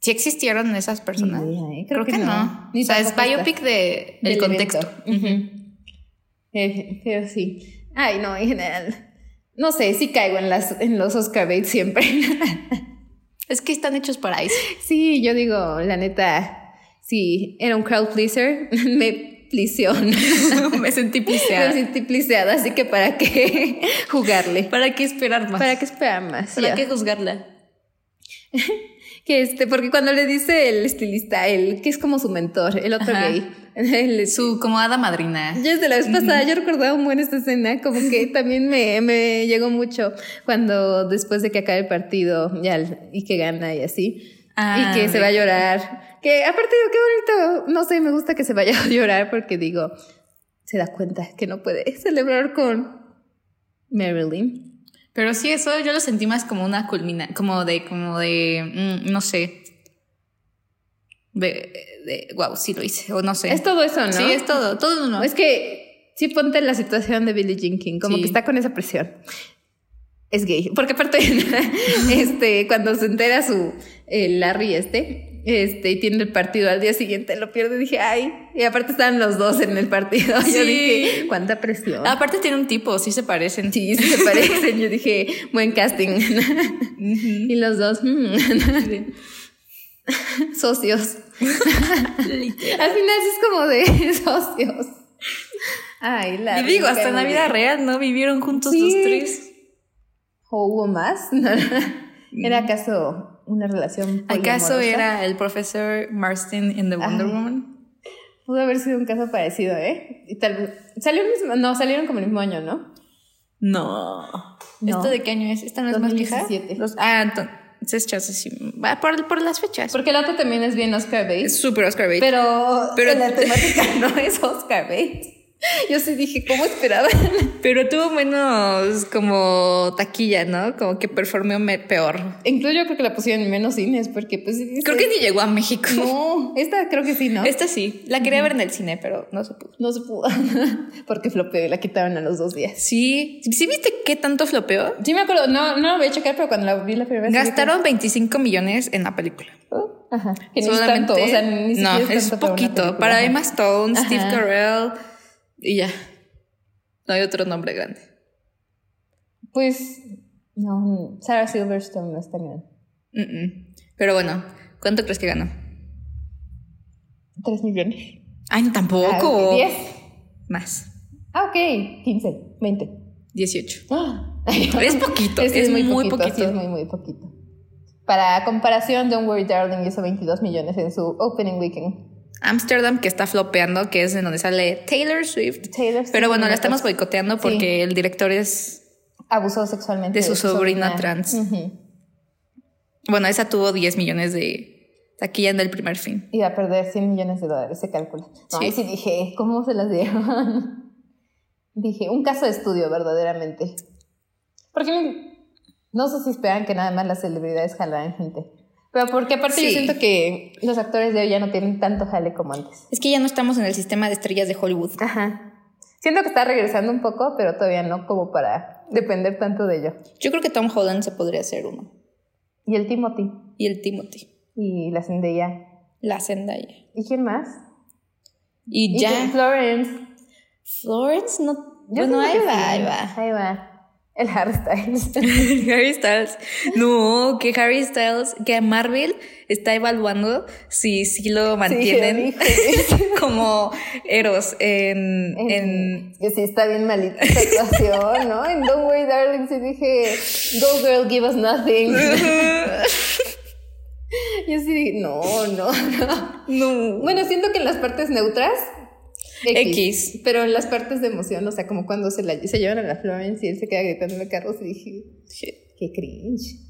si existieron esas personas. Ni idea, ¿eh? Creo, que, no. Ni O sea, es tampoco está. biopic de, del del contexto. evento. Ujú. Eh, pero sí. Ay, no, en general. No sé, sí caigo en, las, en los Oscar Bates siempre. [laughs] Es que están hechos para eso. [laughs] sí, yo digo, la neta, sí, era un crowd pleaser. [laughs] Me [laughs] plición. me sentí Me piseada. sentí pliseada, así que para qué [laughs] jugarle. ¿Para qué esperar más? ¿Para qué esperar más? ¿Para Ya. qué juzgarla? Que este, porque cuando le dice el estilista, el que es como su mentor, el otro Ajá. gay, [laughs] el- Su como hada madrina. yo desde la vez pasada, yo recordaba un buen esta escena, como [laughs] que también me, me llegó mucho cuando después de que acabe el partido y, al- y que gana y así, Ah, y que se de- va a llorar. Que aparte, qué bonito, no sé, me gusta que se vaya [laughs] a llorar porque digo, se da cuenta que no puede celebrar con Marilyn. Pero sí, eso yo lo sentí más como una culmina, como de, como de, mm, no sé. De, wow, sí lo hice, o no sé. Es todo eso, ¿no? Sí, es todo, todo uno. Es que sí ponte en la situación de Billie Jean King, como Sí. que está con esa presión. Es gay, porque aparte, [laughs] este, cuando se entera su el Larry este, este, y tiene el partido al día siguiente, lo pierde, dije, ay, y aparte estaban los dos en el partido. [laughs] Yo Sí. Ah, dije, cuánta presión. Aparte tiene un tipo, sí se parecen. Sí, sí se parecen. Yo dije, buen [laughs] casting. [laughs] Ujú. y los dos, mm, [laughs] socios. Al final sí es como de [laughs] socios. Ay, la. Y digo, rica hasta en la vida vida. real, ¿no? Vivieron juntos Sí. los tres. ¿O hubo más? [laughs] No, no. ¿Era acaso una relación Mm. ¿Acaso poliamorosa? era el profesor Marston en The Wonder Ay. Woman? Pudo haber sido un caso parecido, ¿eh? Y tal vez... ¿Salió el mismo? No, salieron como el mismo año, ¿no? No. No. ¿Esto de qué año es? ¿Esta no es más vieja? 2017. Los- ah, entonces, chance, sí. Va por, por las fechas. Porque el otro también es bien Oscar Bates. Es súper Oscar Bates. Pero, Pero- la temática [laughs] no es Oscar Bates. Yo sí dije, ¿cómo esperaba? Pero tuvo menos como taquilla, ¿no? Como que performeó me- peor. Incluso yo creo que la pusieron en menos cines porque pues... sí dices, Creo que ni llegó a México. No, esta creo que sí, ¿no? Esta sí, la quería ver en el cine, pero no se pudo. No se pudo. [laughs] porque flopeó y la quitaron a los dos días. Sí, ¿sí viste qué tanto flopeó? Sí me acuerdo, no, no lo voy a checar, pero cuando la vi la primera vez... sí dije, "Oh, Gastaron 25 millones en la película. Ajá. Que no es tanto, o sea, ni no, siquiera es, tanto para una poquito. película. Para Emma Stone, Ajá. Steve Carell y ya. No hay otro nombre grande. Pues, no, Sarah Silverstone no está bien. Mm, mm. Pero bueno, ¿cuánto crees que ganó? Tres millones. Ay, no, Ah, tampoco. ok, Diez. Más. Ah, ok. Quince, veinte. 18. Ah. [gasps] Es poquito, es, muy poquito. sí, es muy, muy poquito. Para comparación, Don't Worry Darling hizo 22 millones en su opening weekend. Amsterdam que está flopeando, que es en donde sale Taylor Swift. Taylor Swift Pero bueno, la estamos pues, boicoteando porque el director es... Abusó sexualmente. de su sobrina trans. Ujú. Bueno, esa tuvo 10 millones de taquilla en el primer fin. Iba a perder 100 millones de dólares, se calcula. No, Sí. ahí sí dije, ¿cómo se las dieron? [laughs] dije, un caso de estudio, verdaderamente. Porque no, no sé si esperan que nada más las celebridades jalaran gente. Pero porque aparte yo Sí. siento que los actores de hoy ya no tienen tanto jale como antes. Es que ya no estamos en el sistema de estrellas de Hollywood. Ajá. Siento que está regresando un poco, pero todavía no como para depender tanto de ello. Yo creo que Tom Holland se podría hacer uno. Y el Timothy Y el Timothy. y la Zendaya. La Zendaya. ¿Y quién más? Y Y ya. Florence. Florence no... Yo bueno, ahí siento que va, sí. ahí va. [laughs] Ahí va. El Harry [laughs] Styles. Harry Styles. No, que Harry Styles, que Marvel está evaluando si, si lo mantienen como Eros [laughs] en, En- en [laughs] que sí está bien malita esta actuación, ¿no? En Don't Worry Darling sí dije, go girl, give [laughs] us nothing. Yo sí dije, no, no, no. no. Bueno, siento que en las partes neutras, X. Pero en las partes de emoción, o sea, como cuando se, la, se llevan a la Florence y él se queda gritando en el carro, sí dije, qué cringe.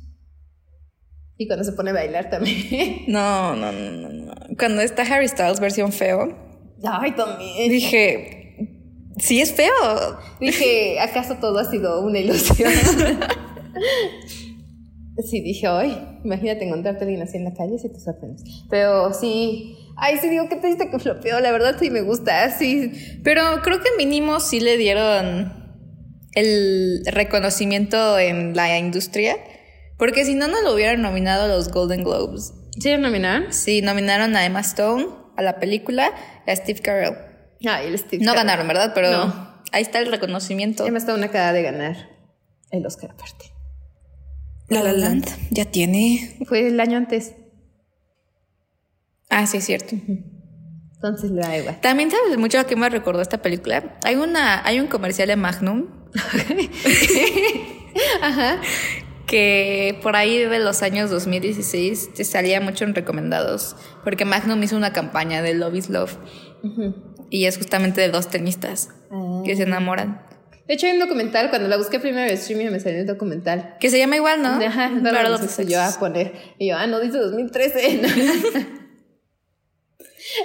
Y cuando se pone a bailar también. [laughs] No, no, no, no, no. Cuando está Harry Styles versión feo, Ay, también. dije, sí es feo. Dije, ¿acaso todo ha sido una ilusión? sí, dije, hoy, imagínate encontrarte a alguien así en la calle si te sorprendes. Pero sí, ay, sí digo, qué triste que flopeó, la verdad sí me gusta, sí. Pero creo que mínimo sí le dieron el reconocimiento en la industria, porque si no, no lo hubieran nominado a los Golden Globes. ¿Sí nominar? Sí, nominaron a Emma Stone, a la película, y a Steve Carell. Ay, el Steve. No Carell. ganaron, ¿verdad? Pero No. ahí está el reconocimiento. Emma Stone acaba de ganar el Oscar aparte. La La Land ya tiene. Fue el año antes. Ah, sí, es cierto. Entonces le da igual. También sabes mucho a qué me recordó esta película. Hay una, hay un comercial de Magnum. [laughs] Ajá. Que por ahí de los años 2016 te salía mucho en recomendados. Porque Magnum hizo una campaña de Love is Love. Ujú. Y es justamente de dos tenistas Ah. que se enamoran. De hecho, hay un documental, cuando la busqué primero en streaming me salió el documental. Que se llama igual, ¿no? Ajá, no Pero lo los puse yo a poner. Y yo, ah, no, dice 2013. [laughs] ¿no?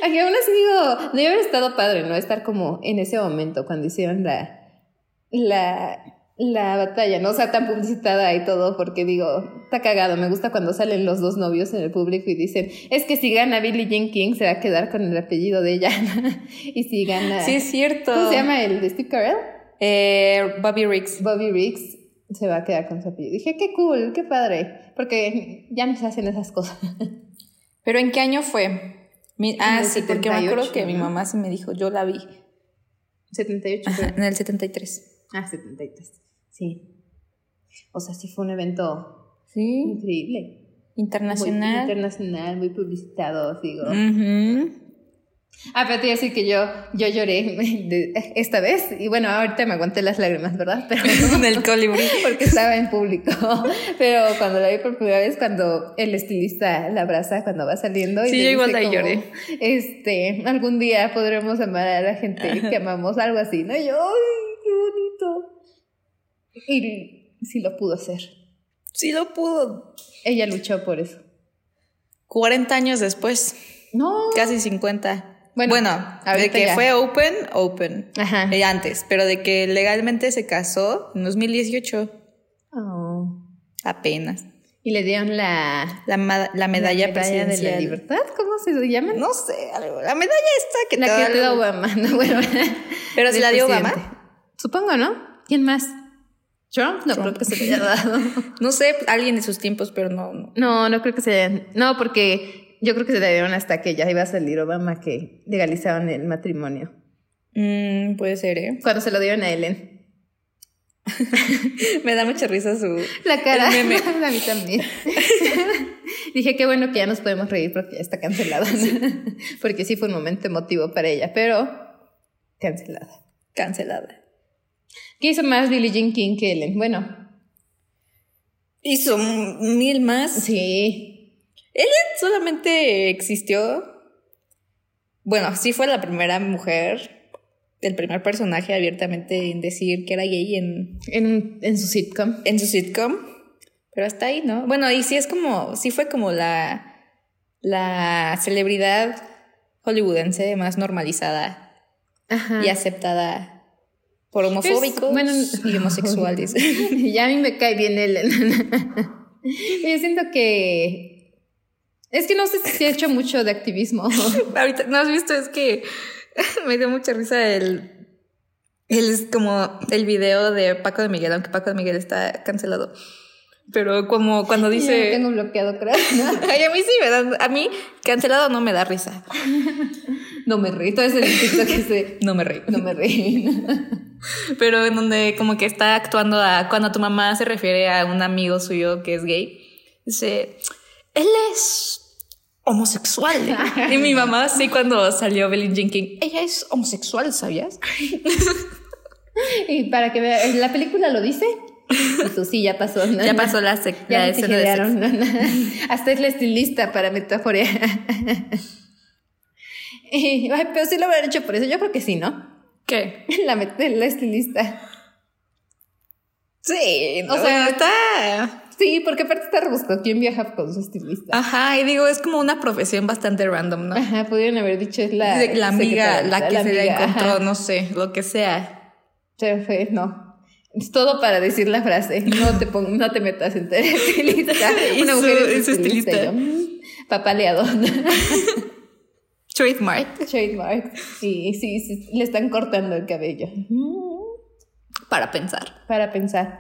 Aunque aún así digo, debe haber estado padre, ¿no? Estar como en ese momento cuando hicieron la, la, la batalla, ¿no? O sea, tan publicitada y todo, porque digo, está cagado. Me gusta cuando salen los dos novios en el público y dicen, es que si gana Billie Jean King se va a quedar con el apellido de ella. [laughs] y si gana... Sí, es cierto. ¿Cómo se llama el de Steve Carell? Eh, Bobby Riggs. Bobby Riggs se va a quedar con su apellido. Dije, qué cool, qué padre, porque ya no se hacen esas cosas. [laughs] ¿Pero en qué año fue? Mi- ah, el sí, porque me acuerdo 78, que mi ¿no? mamá sí me dijo, yo la vi. 78. Ajá, creo. en el 73. Ah, 73. Sí. O sea, sí fue un evento Sí. increíble. Muy Internacional. internacional, muy publicitado, digo. Ujú. Ah, pero te iba a decir que yo, yo lloré [laughs] de- esta vez. Y bueno, ahorita me aguanté las lágrimas, ¿verdad? Pero [laughs] Con el colibrí. [laughs] porque estaba en público. [laughs] Pero cuando la vi por primera vez, cuando el estilista la abraza cuando va saliendo. Y Sí, le yo igual dice ahí como, lloré. Este, algún día podremos amar a la gente que amamos, algo así, ¿no? Y yo, ¡ay, qué bonito! Y sí lo pudo hacer. Sí lo pudo. Ella luchó por eso. 40 años después, No. casi 50. Bueno, Bueno, de ahorita que ya. fue open, open. Ajá. Eh, antes, pero de que legalmente se casó en 2018, Oh. apenas. Y le dieron la, La, ma- la medalla, medalla, de presidencial. la libertad. ¿Cómo se llama? No sé, algo. La medalla esta que La te da que te da algo. Obama. [laughs] No, bueno. Pero si del la dio presidente. Obama. Supongo, ¿no? ¿Quién más? Trump, no creo que se le haya dado. No sé, alguien de sus tiempos, pero no. no. [laughs] No, no creo que se hayan. No, porque yo creo que se le dieron hasta que ya iba a salir Obama que legalizaron el matrimonio. Mm, puede ser, ¿eh? [laughs] Cuando se lo dieron a Ellen. Me da mucha risa su. La cara. El meme. [laughs] a mí también. Dije qué bueno que ya nos podemos reír porque ya está cancelada. [laughs] porque sí fue un momento emotivo para ella, pero cancelada. Cancelada. ¿Qué hizo más Billie Jean King que Ellen? Bueno, Hizo m- mil más. sí. Solamente existió. Bueno, sí fue la primera mujer, el primer personaje abiertamente en decir que era gay en En, en su sitcom. en su sitcom. Pero hasta ahí, ¿no? Bueno, y sí es como, sí fue como la, la celebridad hollywoodense más normalizada Ajá. y aceptada por homofóbicos Es- bueno, y [laughs] homosexuales. [laughs] ya a mí me cae bien Ellen. [laughs] Yo siento que. Es que no sé si ha hecho mucho de activismo. Ahorita, ¿no has visto? Es que [laughs] me dio mucha risa el, el es como el video de Paco de Miguel, aunque Paco de Miguel está cancelado. Pero como cuando [laughs] Ya dice... lo tengo bloqueado, creo. [laughs] [laughs] Ay, a mí sí me da, a mí cancelado no me da risa. No me reí. Todo es el TikTok ese. No me reí. No me reí. pero en donde como que está actuando a cuando tu mamá se refiere a un amigo suyo que es gay, dice, él es homosexual. [laughs] y mi mamá sí cuando salió Billie Jean King, ella es homosexual, ¿sabías? [laughs] Y para que vea, la película lo dice. Y tú sí, ya pasó. ¿no? Ya pasó la, sec- [laughs] Ya la me escena de sexo. tijerearon, ¿no? [laughs] Hasta es la estilista para metaforear. [laughs] Y, ay, pero sí lo hubieran hecho por eso. Yo creo que sí, ¿no? [laughs] ¿Qué? La, met- la estilista. Sí, o no. sea, está... Sí, porque aparte está rebuscado. ¿Quién viaja con su estilista? Ajá, y digo, es como una profesión bastante random, ¿no? Ajá, pudieron haber dicho es la... De- [laughs] la amiga, secretaria, la que se amiga, la encontró, ajá. no sé, lo que sea. Pero fue, no. Es todo para decir la frase. No te, pon- no te metas en ser [laughs] estilista. [laughs] Y su- y su estilista. y yo, mm, Papaleado. [laughs] Trademark. Trademark. Sí, sí, sí, le están cortando el cabello. Para pensar. Para pensar.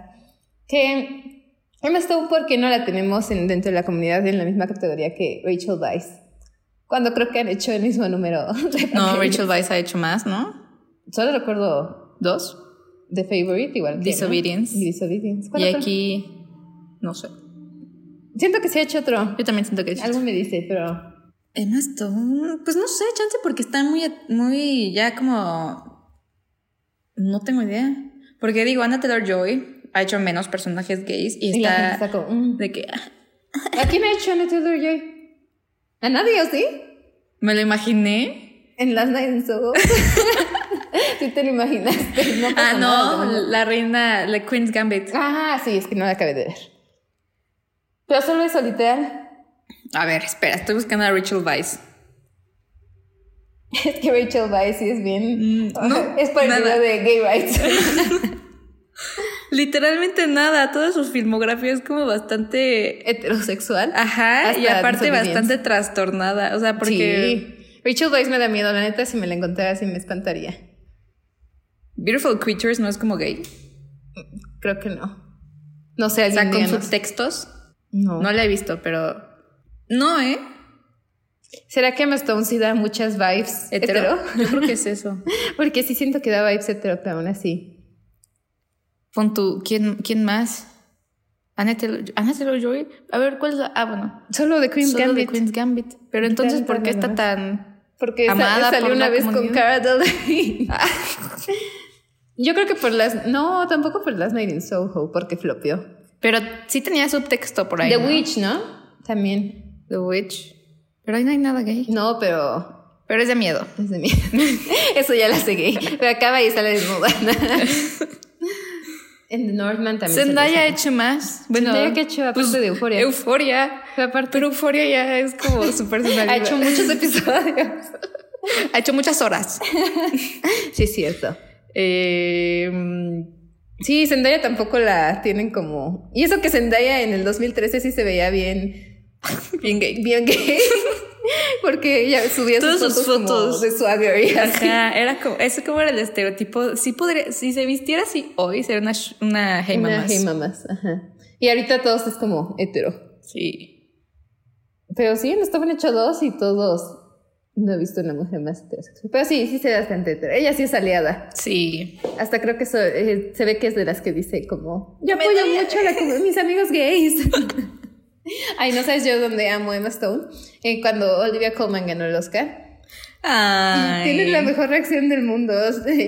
Que Emma Stone, ¿por qué no la tenemos en- dentro de la comunidad en la misma categoría que Rachel Weisz? Cuando creo que han hecho el mismo número. [laughs] de No, papeles. Rachel Weisz ha hecho más, ¿no? Solo recuerdo Dos. The Favorite igual. que, ¿no? Disobedience. Y Disobedience. ¿Cuál Y otro? aquí, no sé. Siento que sí ha hecho otro. Yo también siento que es Algo me dice, pero Emma Stone, pues no sé, chance porque está muy, muy ya como... No tengo idea. Porque digo, Anna Taylor-Joy ha hecho menos personajes gays y Y la está... gente está como, mm. De que... ah, ¿A quién ha hecho Anna Taylor Joy? ¿A nadie o sí? Me lo imaginé. En Last Night in Soho. [laughs] sí te lo imaginaste. No pasa Ah, no, nada. la reina, la Queen's Gambit. Ah, sí, es que no la acabé de ver. Pero solo eso, literal. A ver, espera, estoy buscando a Rachel Weisz. [laughs] Es que Rachel Weisz sí es bien. Mm, no, [laughs] es parecida nada. de Gay [laughs] Rights. Literalmente nada, toda su filmografía es como bastante... Heterosexual. Ajá, y Hasta aparte Disobedience. bastante trastornada, o sea, porque... Sí. Rachel Weisz me da miedo, la neta, si me la encontrara así me espantaría. Beautiful Creatures no es como gay. Creo que no. No sé, O sea, alguien con díganos. subtextos. No. No la he visto, pero... No, ¿eh? ¿Será que Emma Stone sí da muchas vibes Hetero. hetero? [laughs] [laughs] Yo creo que es eso. Porque sí siento que da vibes hetero, pero aún así. Pon tú, ¿quién, quién más? Anna Taylor- Anna Taylor-Joy. A ver, ¿cuál es la...? Ah, bueno. Solo de Queen's Solo de Gambit. Queen's Gambit. Pero entonces, ¿por qué está tan...? Porque sa- Amada salió por una la vez con comunidad. Cara [laughs] Delevingne. Yo creo que por las... No, tampoco por las Night in Soho, porque flopió. Pero sí tenía subtexto por ahí, The ¿no? Witch, ¿no? También. The Witch. Pero ahí no hay nada gay. No, pero... Pero es de miedo. [laughs] es de mí. Eso ya la seguí. Pero acaba y sale desnuda. En The Northman también. Zendaya ha salió. hecho más. Bueno, Zendaya que ha hecho aparte de Euphoria. Euforia. Pero Euforia ya es [laughs] como su personalidad. ha hecho [laughs] muchos episodios. ha hecho muchas horas. sí, es cierto. Eh, mm, Sí, Zendaya tampoco la tienen como... Y eso que Zendaya en el 2013 sí se veía bien, [laughs] bien gay. bien gay. [laughs] Porque ella subía Todas sus fotos, sus como fotos. de swagger y así. Ajá, era como, eso como era el estereotipo. Si podría, si se vistiera así hoy, sería una, sh- una hey Una mamás. Hey Mamas, ajá. Y ahorita todos es como hetero. Sí. Pero sí, nos estaban hecho dos y todos... No he visto una mujer más heterosexual. Pero sí, sí se ve bastante hetero. Ella sí es aliada. Sí. Hasta creo que eso, eh, se ve que es de las que dice como... Yo Me apoyo doy- mucho a la comu- mis amigos gays. [laughs] Ay, ¿no sabes yo dónde amo Emma Stone? Eh, cuando Olivia Colman ganó el Oscar. Ay. Tienen la mejor reacción del mundo.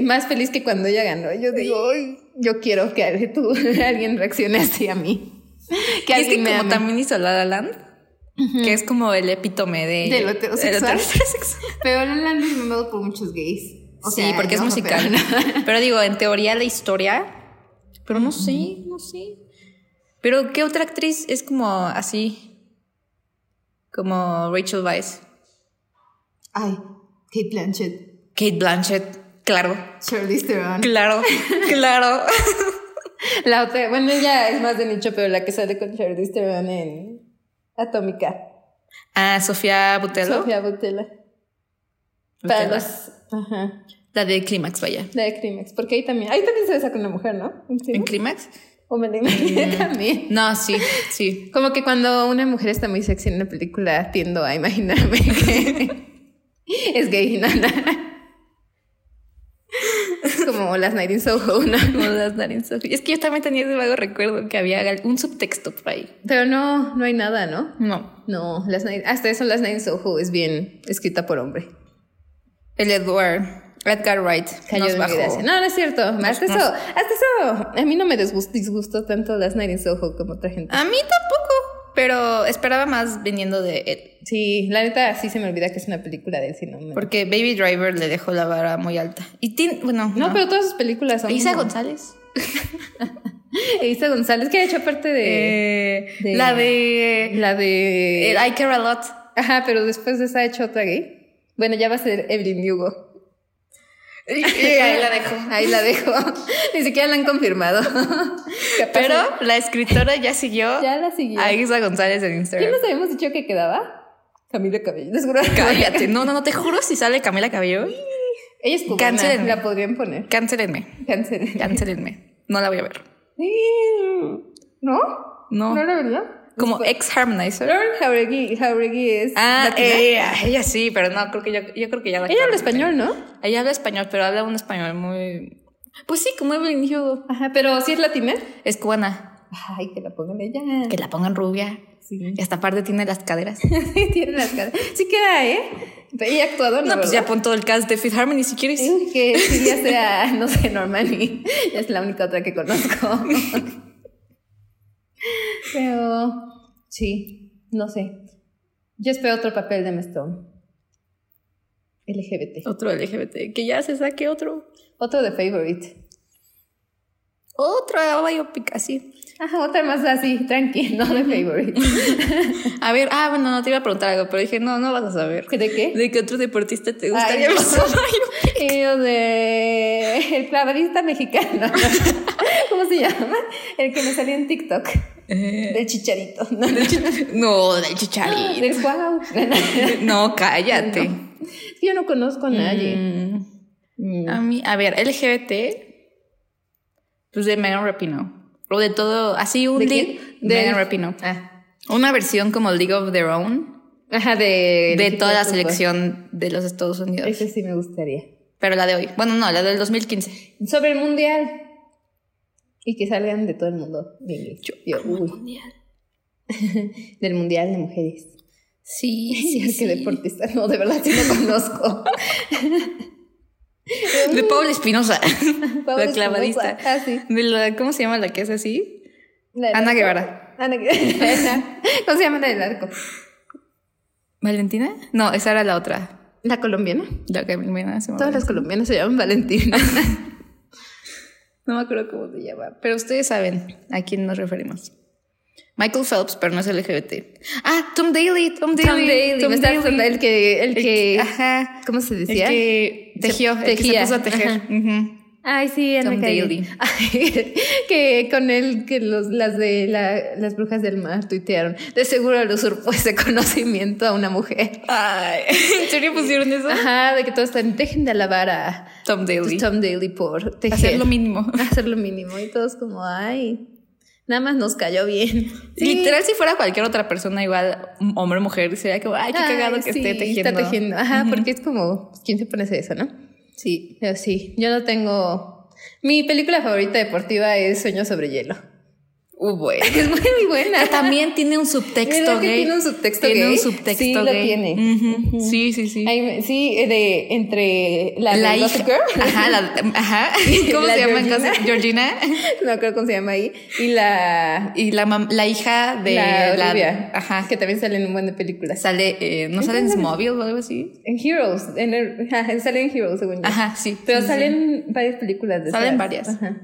Más feliz que cuando ella ganó. Yo digo, "Ay, yo quiero que tú, [laughs] alguien reaccione así a mí. Que Y es que alguien me como ame. también hizo La La Land, que es como el epítome de... Del heterosexual. del heterosexual. Pero La La Land es mamado por muchos gays. O sí, sea, porque es no, musical. pero [laughs] Pero, [laughs] digo, en teoría la historia. Pero no sé, no sé. Pero ¿qué otra actriz es como así? Como Rachel Weisz. Ay, Kate Blanchett, Kate Blanchett. Claro, Charlize [laughs] Theron. claro, claro. [laughs] La otra, bueno, ella es más de nicho, pero la que sale con Charlize Theron en Atómica. Ah, Sofía Butelo. Sofía Botella. Para Butella. los... Ajá. La de Clímax, vaya. La de Crimex. Porque ahí también... Ahí también se besa con una mujer, ¿no? ¿Sí, ¿En no? Clímax? O me la imaginé también. No, sí, sí. Como que cuando una mujer está muy sexy en una película, tiendo a imaginarme que [laughs] es gay y nada. [laughs] Es como las Night in Soho, ¿no? Como las Darin Sofía. Es que yo también tenía ese vago recuerdo que había un subtexto por ahí. Pero no, no hay nada, ¿no? No. No, las Night- hasta eso las Night in Soho es bien escrita por hombre. El Edward, Edgar Wright, Cayó nos de mi bajó. gracia. No, no es cierto. Hasta nos- eso, hasta eso, a mí no me disgust- disgustó tanto las Night in Soho como otra gente. A mí tampoco, pero esperaba más viniendo de Ed. Sí, la neta sí se me olvida que es una película de él, si no me- Porque Baby Driver le dejó la vara muy alta. Y Tin, bueno, No, pero todas sus películas son. Isa como- González. Isa González, que ha hecho parte de. Eh, de- la de La de. el I Care a [laughs] Lot. Ajá, pero después de esa ha hecho otra gay. Bueno, ya va a ser Evelyn Hugo. Ahí la dejó. Ahí la dejo. Ni siquiera la han confirmado. Capaz [laughs] [laughs] Pero la escritora [laughs] ya siguió de- ya la siguió. a Isa González en ¿Quién Instagram. nos habíamos dicho que quedaba? Camila Cabello. Les juro. Cállate. No, no, no, te juro si sale Camila Cabello. [laughs] Ella es cubana. Cancelen. La podrían poner. Cáncelenme, Cancelen. cáncelenme. No la voy a ver. ¿No? No. ¿No la verdad? Como ex harmonizer. Lauren Jauregui, Jauregui es. Ah, latina. ella, ella sí, pero no, creo que yo, yo creo que ya la Ella habla español, ¿no? Ella habla español, pero habla un español muy... Pues sí, como Evelyn Hugo. Ajá, pero sí es latina. Es cubana. Ay, que la pongan ella. Que la pongan rubia. Sí. [laughs] Y hasta aparte tiene las [laughs] caderas. Tiene las caras. Sí queda, ¿eh? Ella actuadora, No, pues ya ¿verdad? pon todo el cast de Fifth Harmony si quieres. Sí, Que sí, ya sea, no sé, [laughs] Normani. Es la única otra que conozco. [laughs] Pero sí, no sé. Yo espero otro papel de Emma Stone. LGBT. Otro LGBT. Que ya se saque otro. Otro de Favorite. Otro biopic así. Ajá, otra más así, tranqui, [laughs] no de Favorite. A ver, ah, bueno, no te iba a preguntar algo, pero dije, no, no vas a saber. ¿De qué? ¿De qué otro deportista te [laughs] gustaría [laughs] Ay, ver no. su bio? Y yo de el clavadista [laughs] mexicano. ¿Cómo se llama? El que me salió en TikTok. Del chicharito. No, Eh, No, del chicharito. del guau. Ah, No, cállate. Es que yo no conozco a nadie. Mm, Mm. a mí, a ver, LGBT, pues de Megan Rapinoe. O de todo, así un ¿De league quién? de Megan Del- Rapinoe. Ah. Una versión como League of Their Own Ajá, de, de toda la fútbol. selección de los Estados Unidos. Ese sí me gustaría. Pero la de hoy. Bueno, no, la del 2015. Sobre el mundial. Y que salgan de todo el mundo. Miguel. Yo, uy, [laughs] del mundial de mujeres. Sí, Sí, [laughs] sí, que sí. deportista. No, de verdad sí no [laughs] conozco. De Paula Espinosa. [laughs] Paula la clavadista. Espinosa. Ah, sí. De la, ¿Cómo se llama la que es así? La- Ana Guevara. Ana Guevara. Ah, [laughs] ¿Cómo se llama la del arco? ¿Valentina? No, esa era la otra. La colombiana. La que me hace Todas las colombianas se llaman Valentina. [laughs] No me acuerdo cómo se llama, pero ustedes saben a quién nos referimos. Michael Phelps, pero no es LGBT. Ah, Tom Daly, Tom Daly. me está acordando el que, el que, ah, Ajá. ¿cómo se El decía? que tejió, el que se Tejía. puso a tejer. Ajá. Ujú. Ay, sí, Ana Tom Calle. Daly. [laughs] Ay, que con él, que los, las de la- las brujas del mar tuitearon. De seguro le usurpó ese conocimiento a una mujer. Ay, [laughs] ¿en serio pusieron eso? Ajá, de que todos están, dejen de alabar a Ah, pues Tom Daly. Tom Daly por tejer. Hacer lo mínimo. [laughs] [laughs] hacer lo mínimo y todos como, ay, nada más nos cayó bien. Literal, si fuera cualquier otra persona, igual hombre o mujer, sería como, ay, qué cagado que esté tejiendo. Está tejiendo, ajá, porque es como, ¿quién se pone a hacer eso, no? Sí. Pero sí, yo no tengo... Mi película favorita deportiva es Sueños [laughs] sobre hielo. Uh, [laughs] bueno. Es muy buena. Que también tiene un subtexto ¿Verdad que gay. tiene un subtexto Tiene gay? un subtexto Sí, lo gay. tiene. Ujú. Sí, sí, sí. [laughs] Ay, me- sí, de, entre la, de Gossip Girl. [laughs] Ajá, la, ajá. ¿Cómo La se llama en Georgina. casa? Georgina. [laughs] no creo cómo se llama ahí. Y la... Y la, mam- la hija de la Olivia, ajá. que también sale en un buen de películas. Sale, eh, ¿no sale en Smallville o algo así? En Heroes, en el- ajá, sale en Heroes, según yo. Ajá, sí. Pero sí, salen varias películas de Salen esas. varias. Ajá.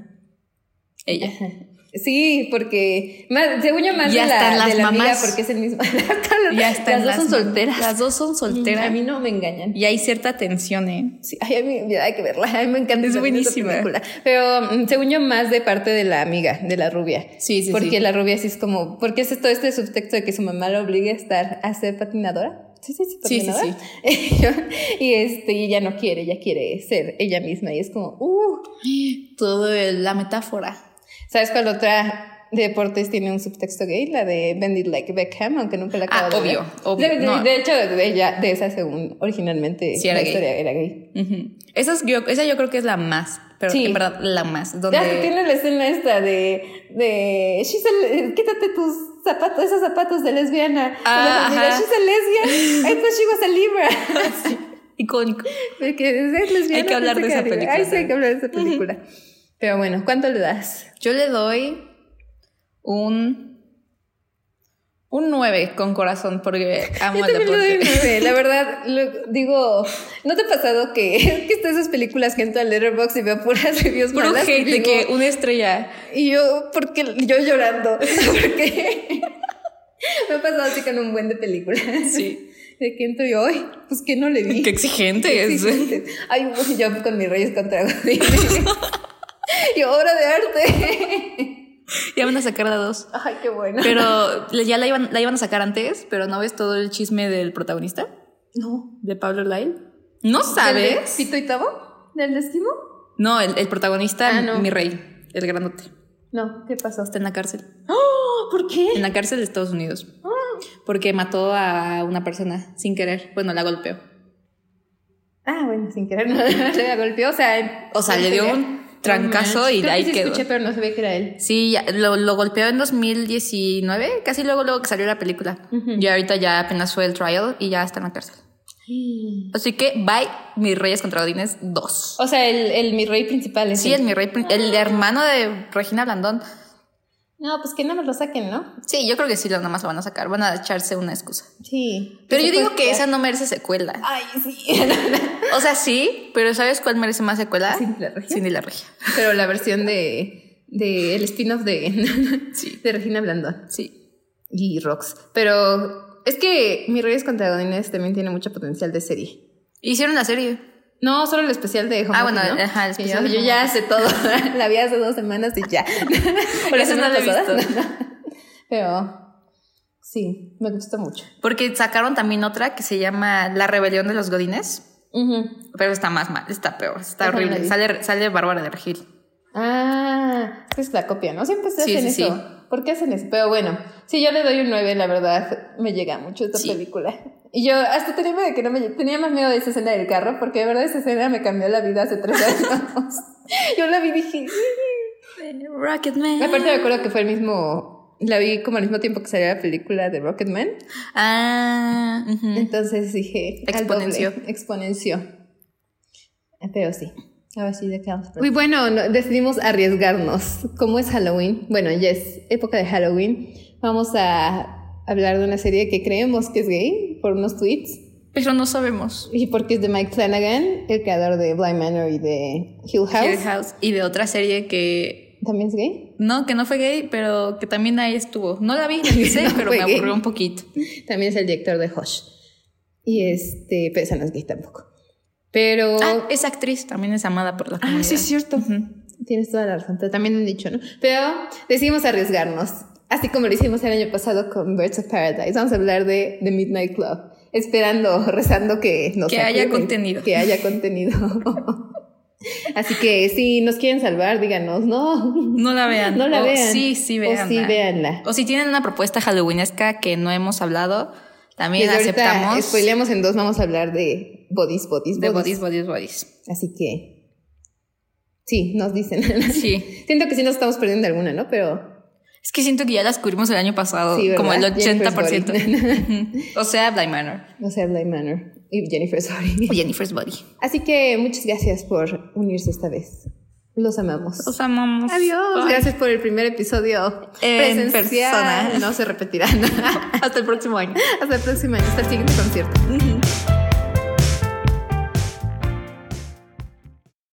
sí. Ella. [laughs] Sí, porque más, según yo más Y de hasta la, las de la amiga, mamás. porque es el mismo. [laughs] Hasta los- Ya está las en dos son solteras. Las dos son A solteras. mí no me engañan. Y hay cierta tensión, ¿eh? Sí, ay, a mí hay que verla, [laughs] a mí me encanta. Es esa- esa buenísima. película. Pero mm, según yo más de parte de la amiga, de la rubia. Sí, sí, Porque sí. la rubia sí es como, porque es todo este subtexto de que su mamá la obliga a estar a ser patinadora. Sí, sí, sí, Sí, sí, patinadora. [laughs] y este, y ella no quiere, ella quiere ser ella misma. Y es como, uh, Todo el- la metáfora. ¿Sabes cuál otra de deportes tiene un subtexto gay? La de Bendit Like Beckham, aunque nunca la acabo Ah, de obvio, ver. obvio, De, de- no. de hecho, de ella, de esa según originalmente Sí, era la gay. historia era gay. Ujú. Esa, es- yo, esa yo creo que es la más, pero Sí. en verdad la más. Donde... Ya que tiene la escena esta de, de she's a- quítate tus zapatos, esos zapatos de lesbiana. Ah, y luego mira, ajá. she's a lesbian, I thought she was a [laughs] Libra. [laughs] Icónico. Porque es- es lesbiana. Hay que hablar de pensé esa era Libra. película Ay, sí, hay que hablar de esa Ujú. película. Pero bueno, ¿cuánto le das? Yo le doy un un 9 con corazón [laughs] porque amo Yo el también le doy deporte. un nueve. [laughs] La verdad, lo- digo, ¿no te ha pasado que, que [laughs] está esas películas que entro al Letterboxd y veo puras reviews Puro malas? hate y, de digo- que una estrella. y yo, porque yo llorando, [laughs] porque me ha pasado así con un buen de películas. Sí. [laughs] De que entro y hoy, pues que no le vi. Qué exigente es. [laughs] Exigentes. Ay, uy, yo con mis reyes [laughs] contra Godín. [laughs] y obra de arte. [laughs] Ya van a sacar la dos. Ay, qué bueno. Pero le- ya la iban, la iban a sacar antes, pero ¿no ves todo el chisme del protagonista? No. De Pablo Lyle. ¿No ¿Del de sabes? ¿Pito y Tavo? ¿Del de Esquimo? No, el, el protagonista, Ah, no. mi rey, el grandote. No, ¿qué pasó? Está en la cárcel. ¡Oh! ¿Por qué? En la cárcel de Estados Unidos. Porque mató a una persona sin querer. Bueno, la golpeó. [laughs] Ah, bueno, sin querer, no, le golpeó, o sea... O sea, le dio un trancazo manches. y Creo que ahí sí quedó. escuché, pero no sabía que era él. Sí, ya- lo, lo golpeó en 2019, casi luego, luego que salió la película. Ujú. Y ahorita ya apenas fue el trial y ya está en la cárcel. Así que bye, mis reyes contra Odines 2. O sea, el, el mi rey principal es Sí, él. el mi rey, prin- el hermano de Regina Blandón. No, pues que no me lo saquen, ¿no? Sí, yo creo que sí, lo- nada más lo van a sacar, van a echarse una excusa. Sí. pues, Pero Se yo digo puede que jugar. esa no merece secuela. Ay, [laughs] sí. O sea, sí, pero ¿sabes cuál merece más secuela? Cindy la Regia. Cindy la Regia. pero la versión de, de el spin-off de, [laughs] Sí. de Regina Blandón Sí. y Rox. Pero es que Mi Reyes contra Godines también tiene mucho potencial de serie. Hicieron la serie. No, solo el especial de Home Ah, Office, bueno, ¿no? ajá, el Que especial yo, de yo Home ya sé todo. [laughs] la vi hace dos semanas y [laughs] ya. [laughs] Por Esa no la he visto. [laughs] Pero sí, me gustó mucho. Porque sacaron también otra que se llama La Rebelión de los Godines. Ujú. Pero está más mal, está peor, está Esa no la horrible. vi. Sale, sale Bárbara de Regil. Ah, es que es la copia, ¿no? Siempre se Sí, hacen sí, eso. sí. ¿Por qué hacen eso? Pero bueno, si yo le doy un 9, la verdad, me llega mucho esta Sí. película. Y yo hasta tenía miedo de que no me tenía más miedo de esa escena del carro, porque de verdad esa escena me cambió la vida hace tres años. [laughs] yo la vi y dije. Rocketman. Aparte me acuerdo que fue el mismo. La vi como al mismo tiempo que salió la película de Rocketman. Ah, ujú. Entonces dije. al Exponenció. doble, Exponenció. Pero sí. Ahora sí, de Muy bueno, no- decidimos arriesgarnos. Como es Halloween, bueno, ya es época de Halloween, vamos a hablar de una serie que creemos que es gay por unos tweets Pero no sabemos. y porque es de Mike Flanagan, el creador de Blind Manor y de Hill Hill House. House. Y de otra serie que. ¿También es gay? No, que no fue gay, pero que también ahí estuvo. No la vi, [laughs] la empecé, No pero fue me gay. aburrió un poquito. También es el director de Hush. Y este, pero esa no es gay tampoco. Pero... Ah, esa actriz también es amada por la comunidad. Ah, cierto. Ujú. Tienes toda la razón, pero también han dicho, ¿no? Pero decidimos arriesgarnos, así como lo hicimos el año pasado con Birds of Paradise. Vamos a hablar de The Midnight Club, esperando, rezando que nos Que haya saquen, contenido. Que haya contenido. [laughs] así que si nos quieren salvar, díganos, no, No la vean. Ah, no la O vean. Oh, Sí, sí, Pues vean. O sí, véanla. O si tienen una propuesta halloweenesca que no hemos hablado, también Desde ahorita, aceptamos. spoileamos en dos, vamos a hablar de bodies, bodies, De bodies. bodies, bodies, bodies. Así que, sí, nos dicen. [laughs] [laughs] Sí. Siento que sí nos estamos perdiendo alguna, ¿no? Pero... Es que siento que ya las cubrimos el año pasado, Sí, ¿verdad? como el Jennifer's 80%. Ujú. [laughs] o sea, Bly Manor. O sea, Bly Manor y Jennifer Sorry. [laughs] Jennifer's Body. Así que muchas gracias por unirse esta vez. Los amamos. Los amamos. Bye. Gracias por el primer episodio En presencial. persona. [laughs] No se repetirán. Hasta el próximo año. Hasta el próximo año, hasta el siguiente concierto. Ujú.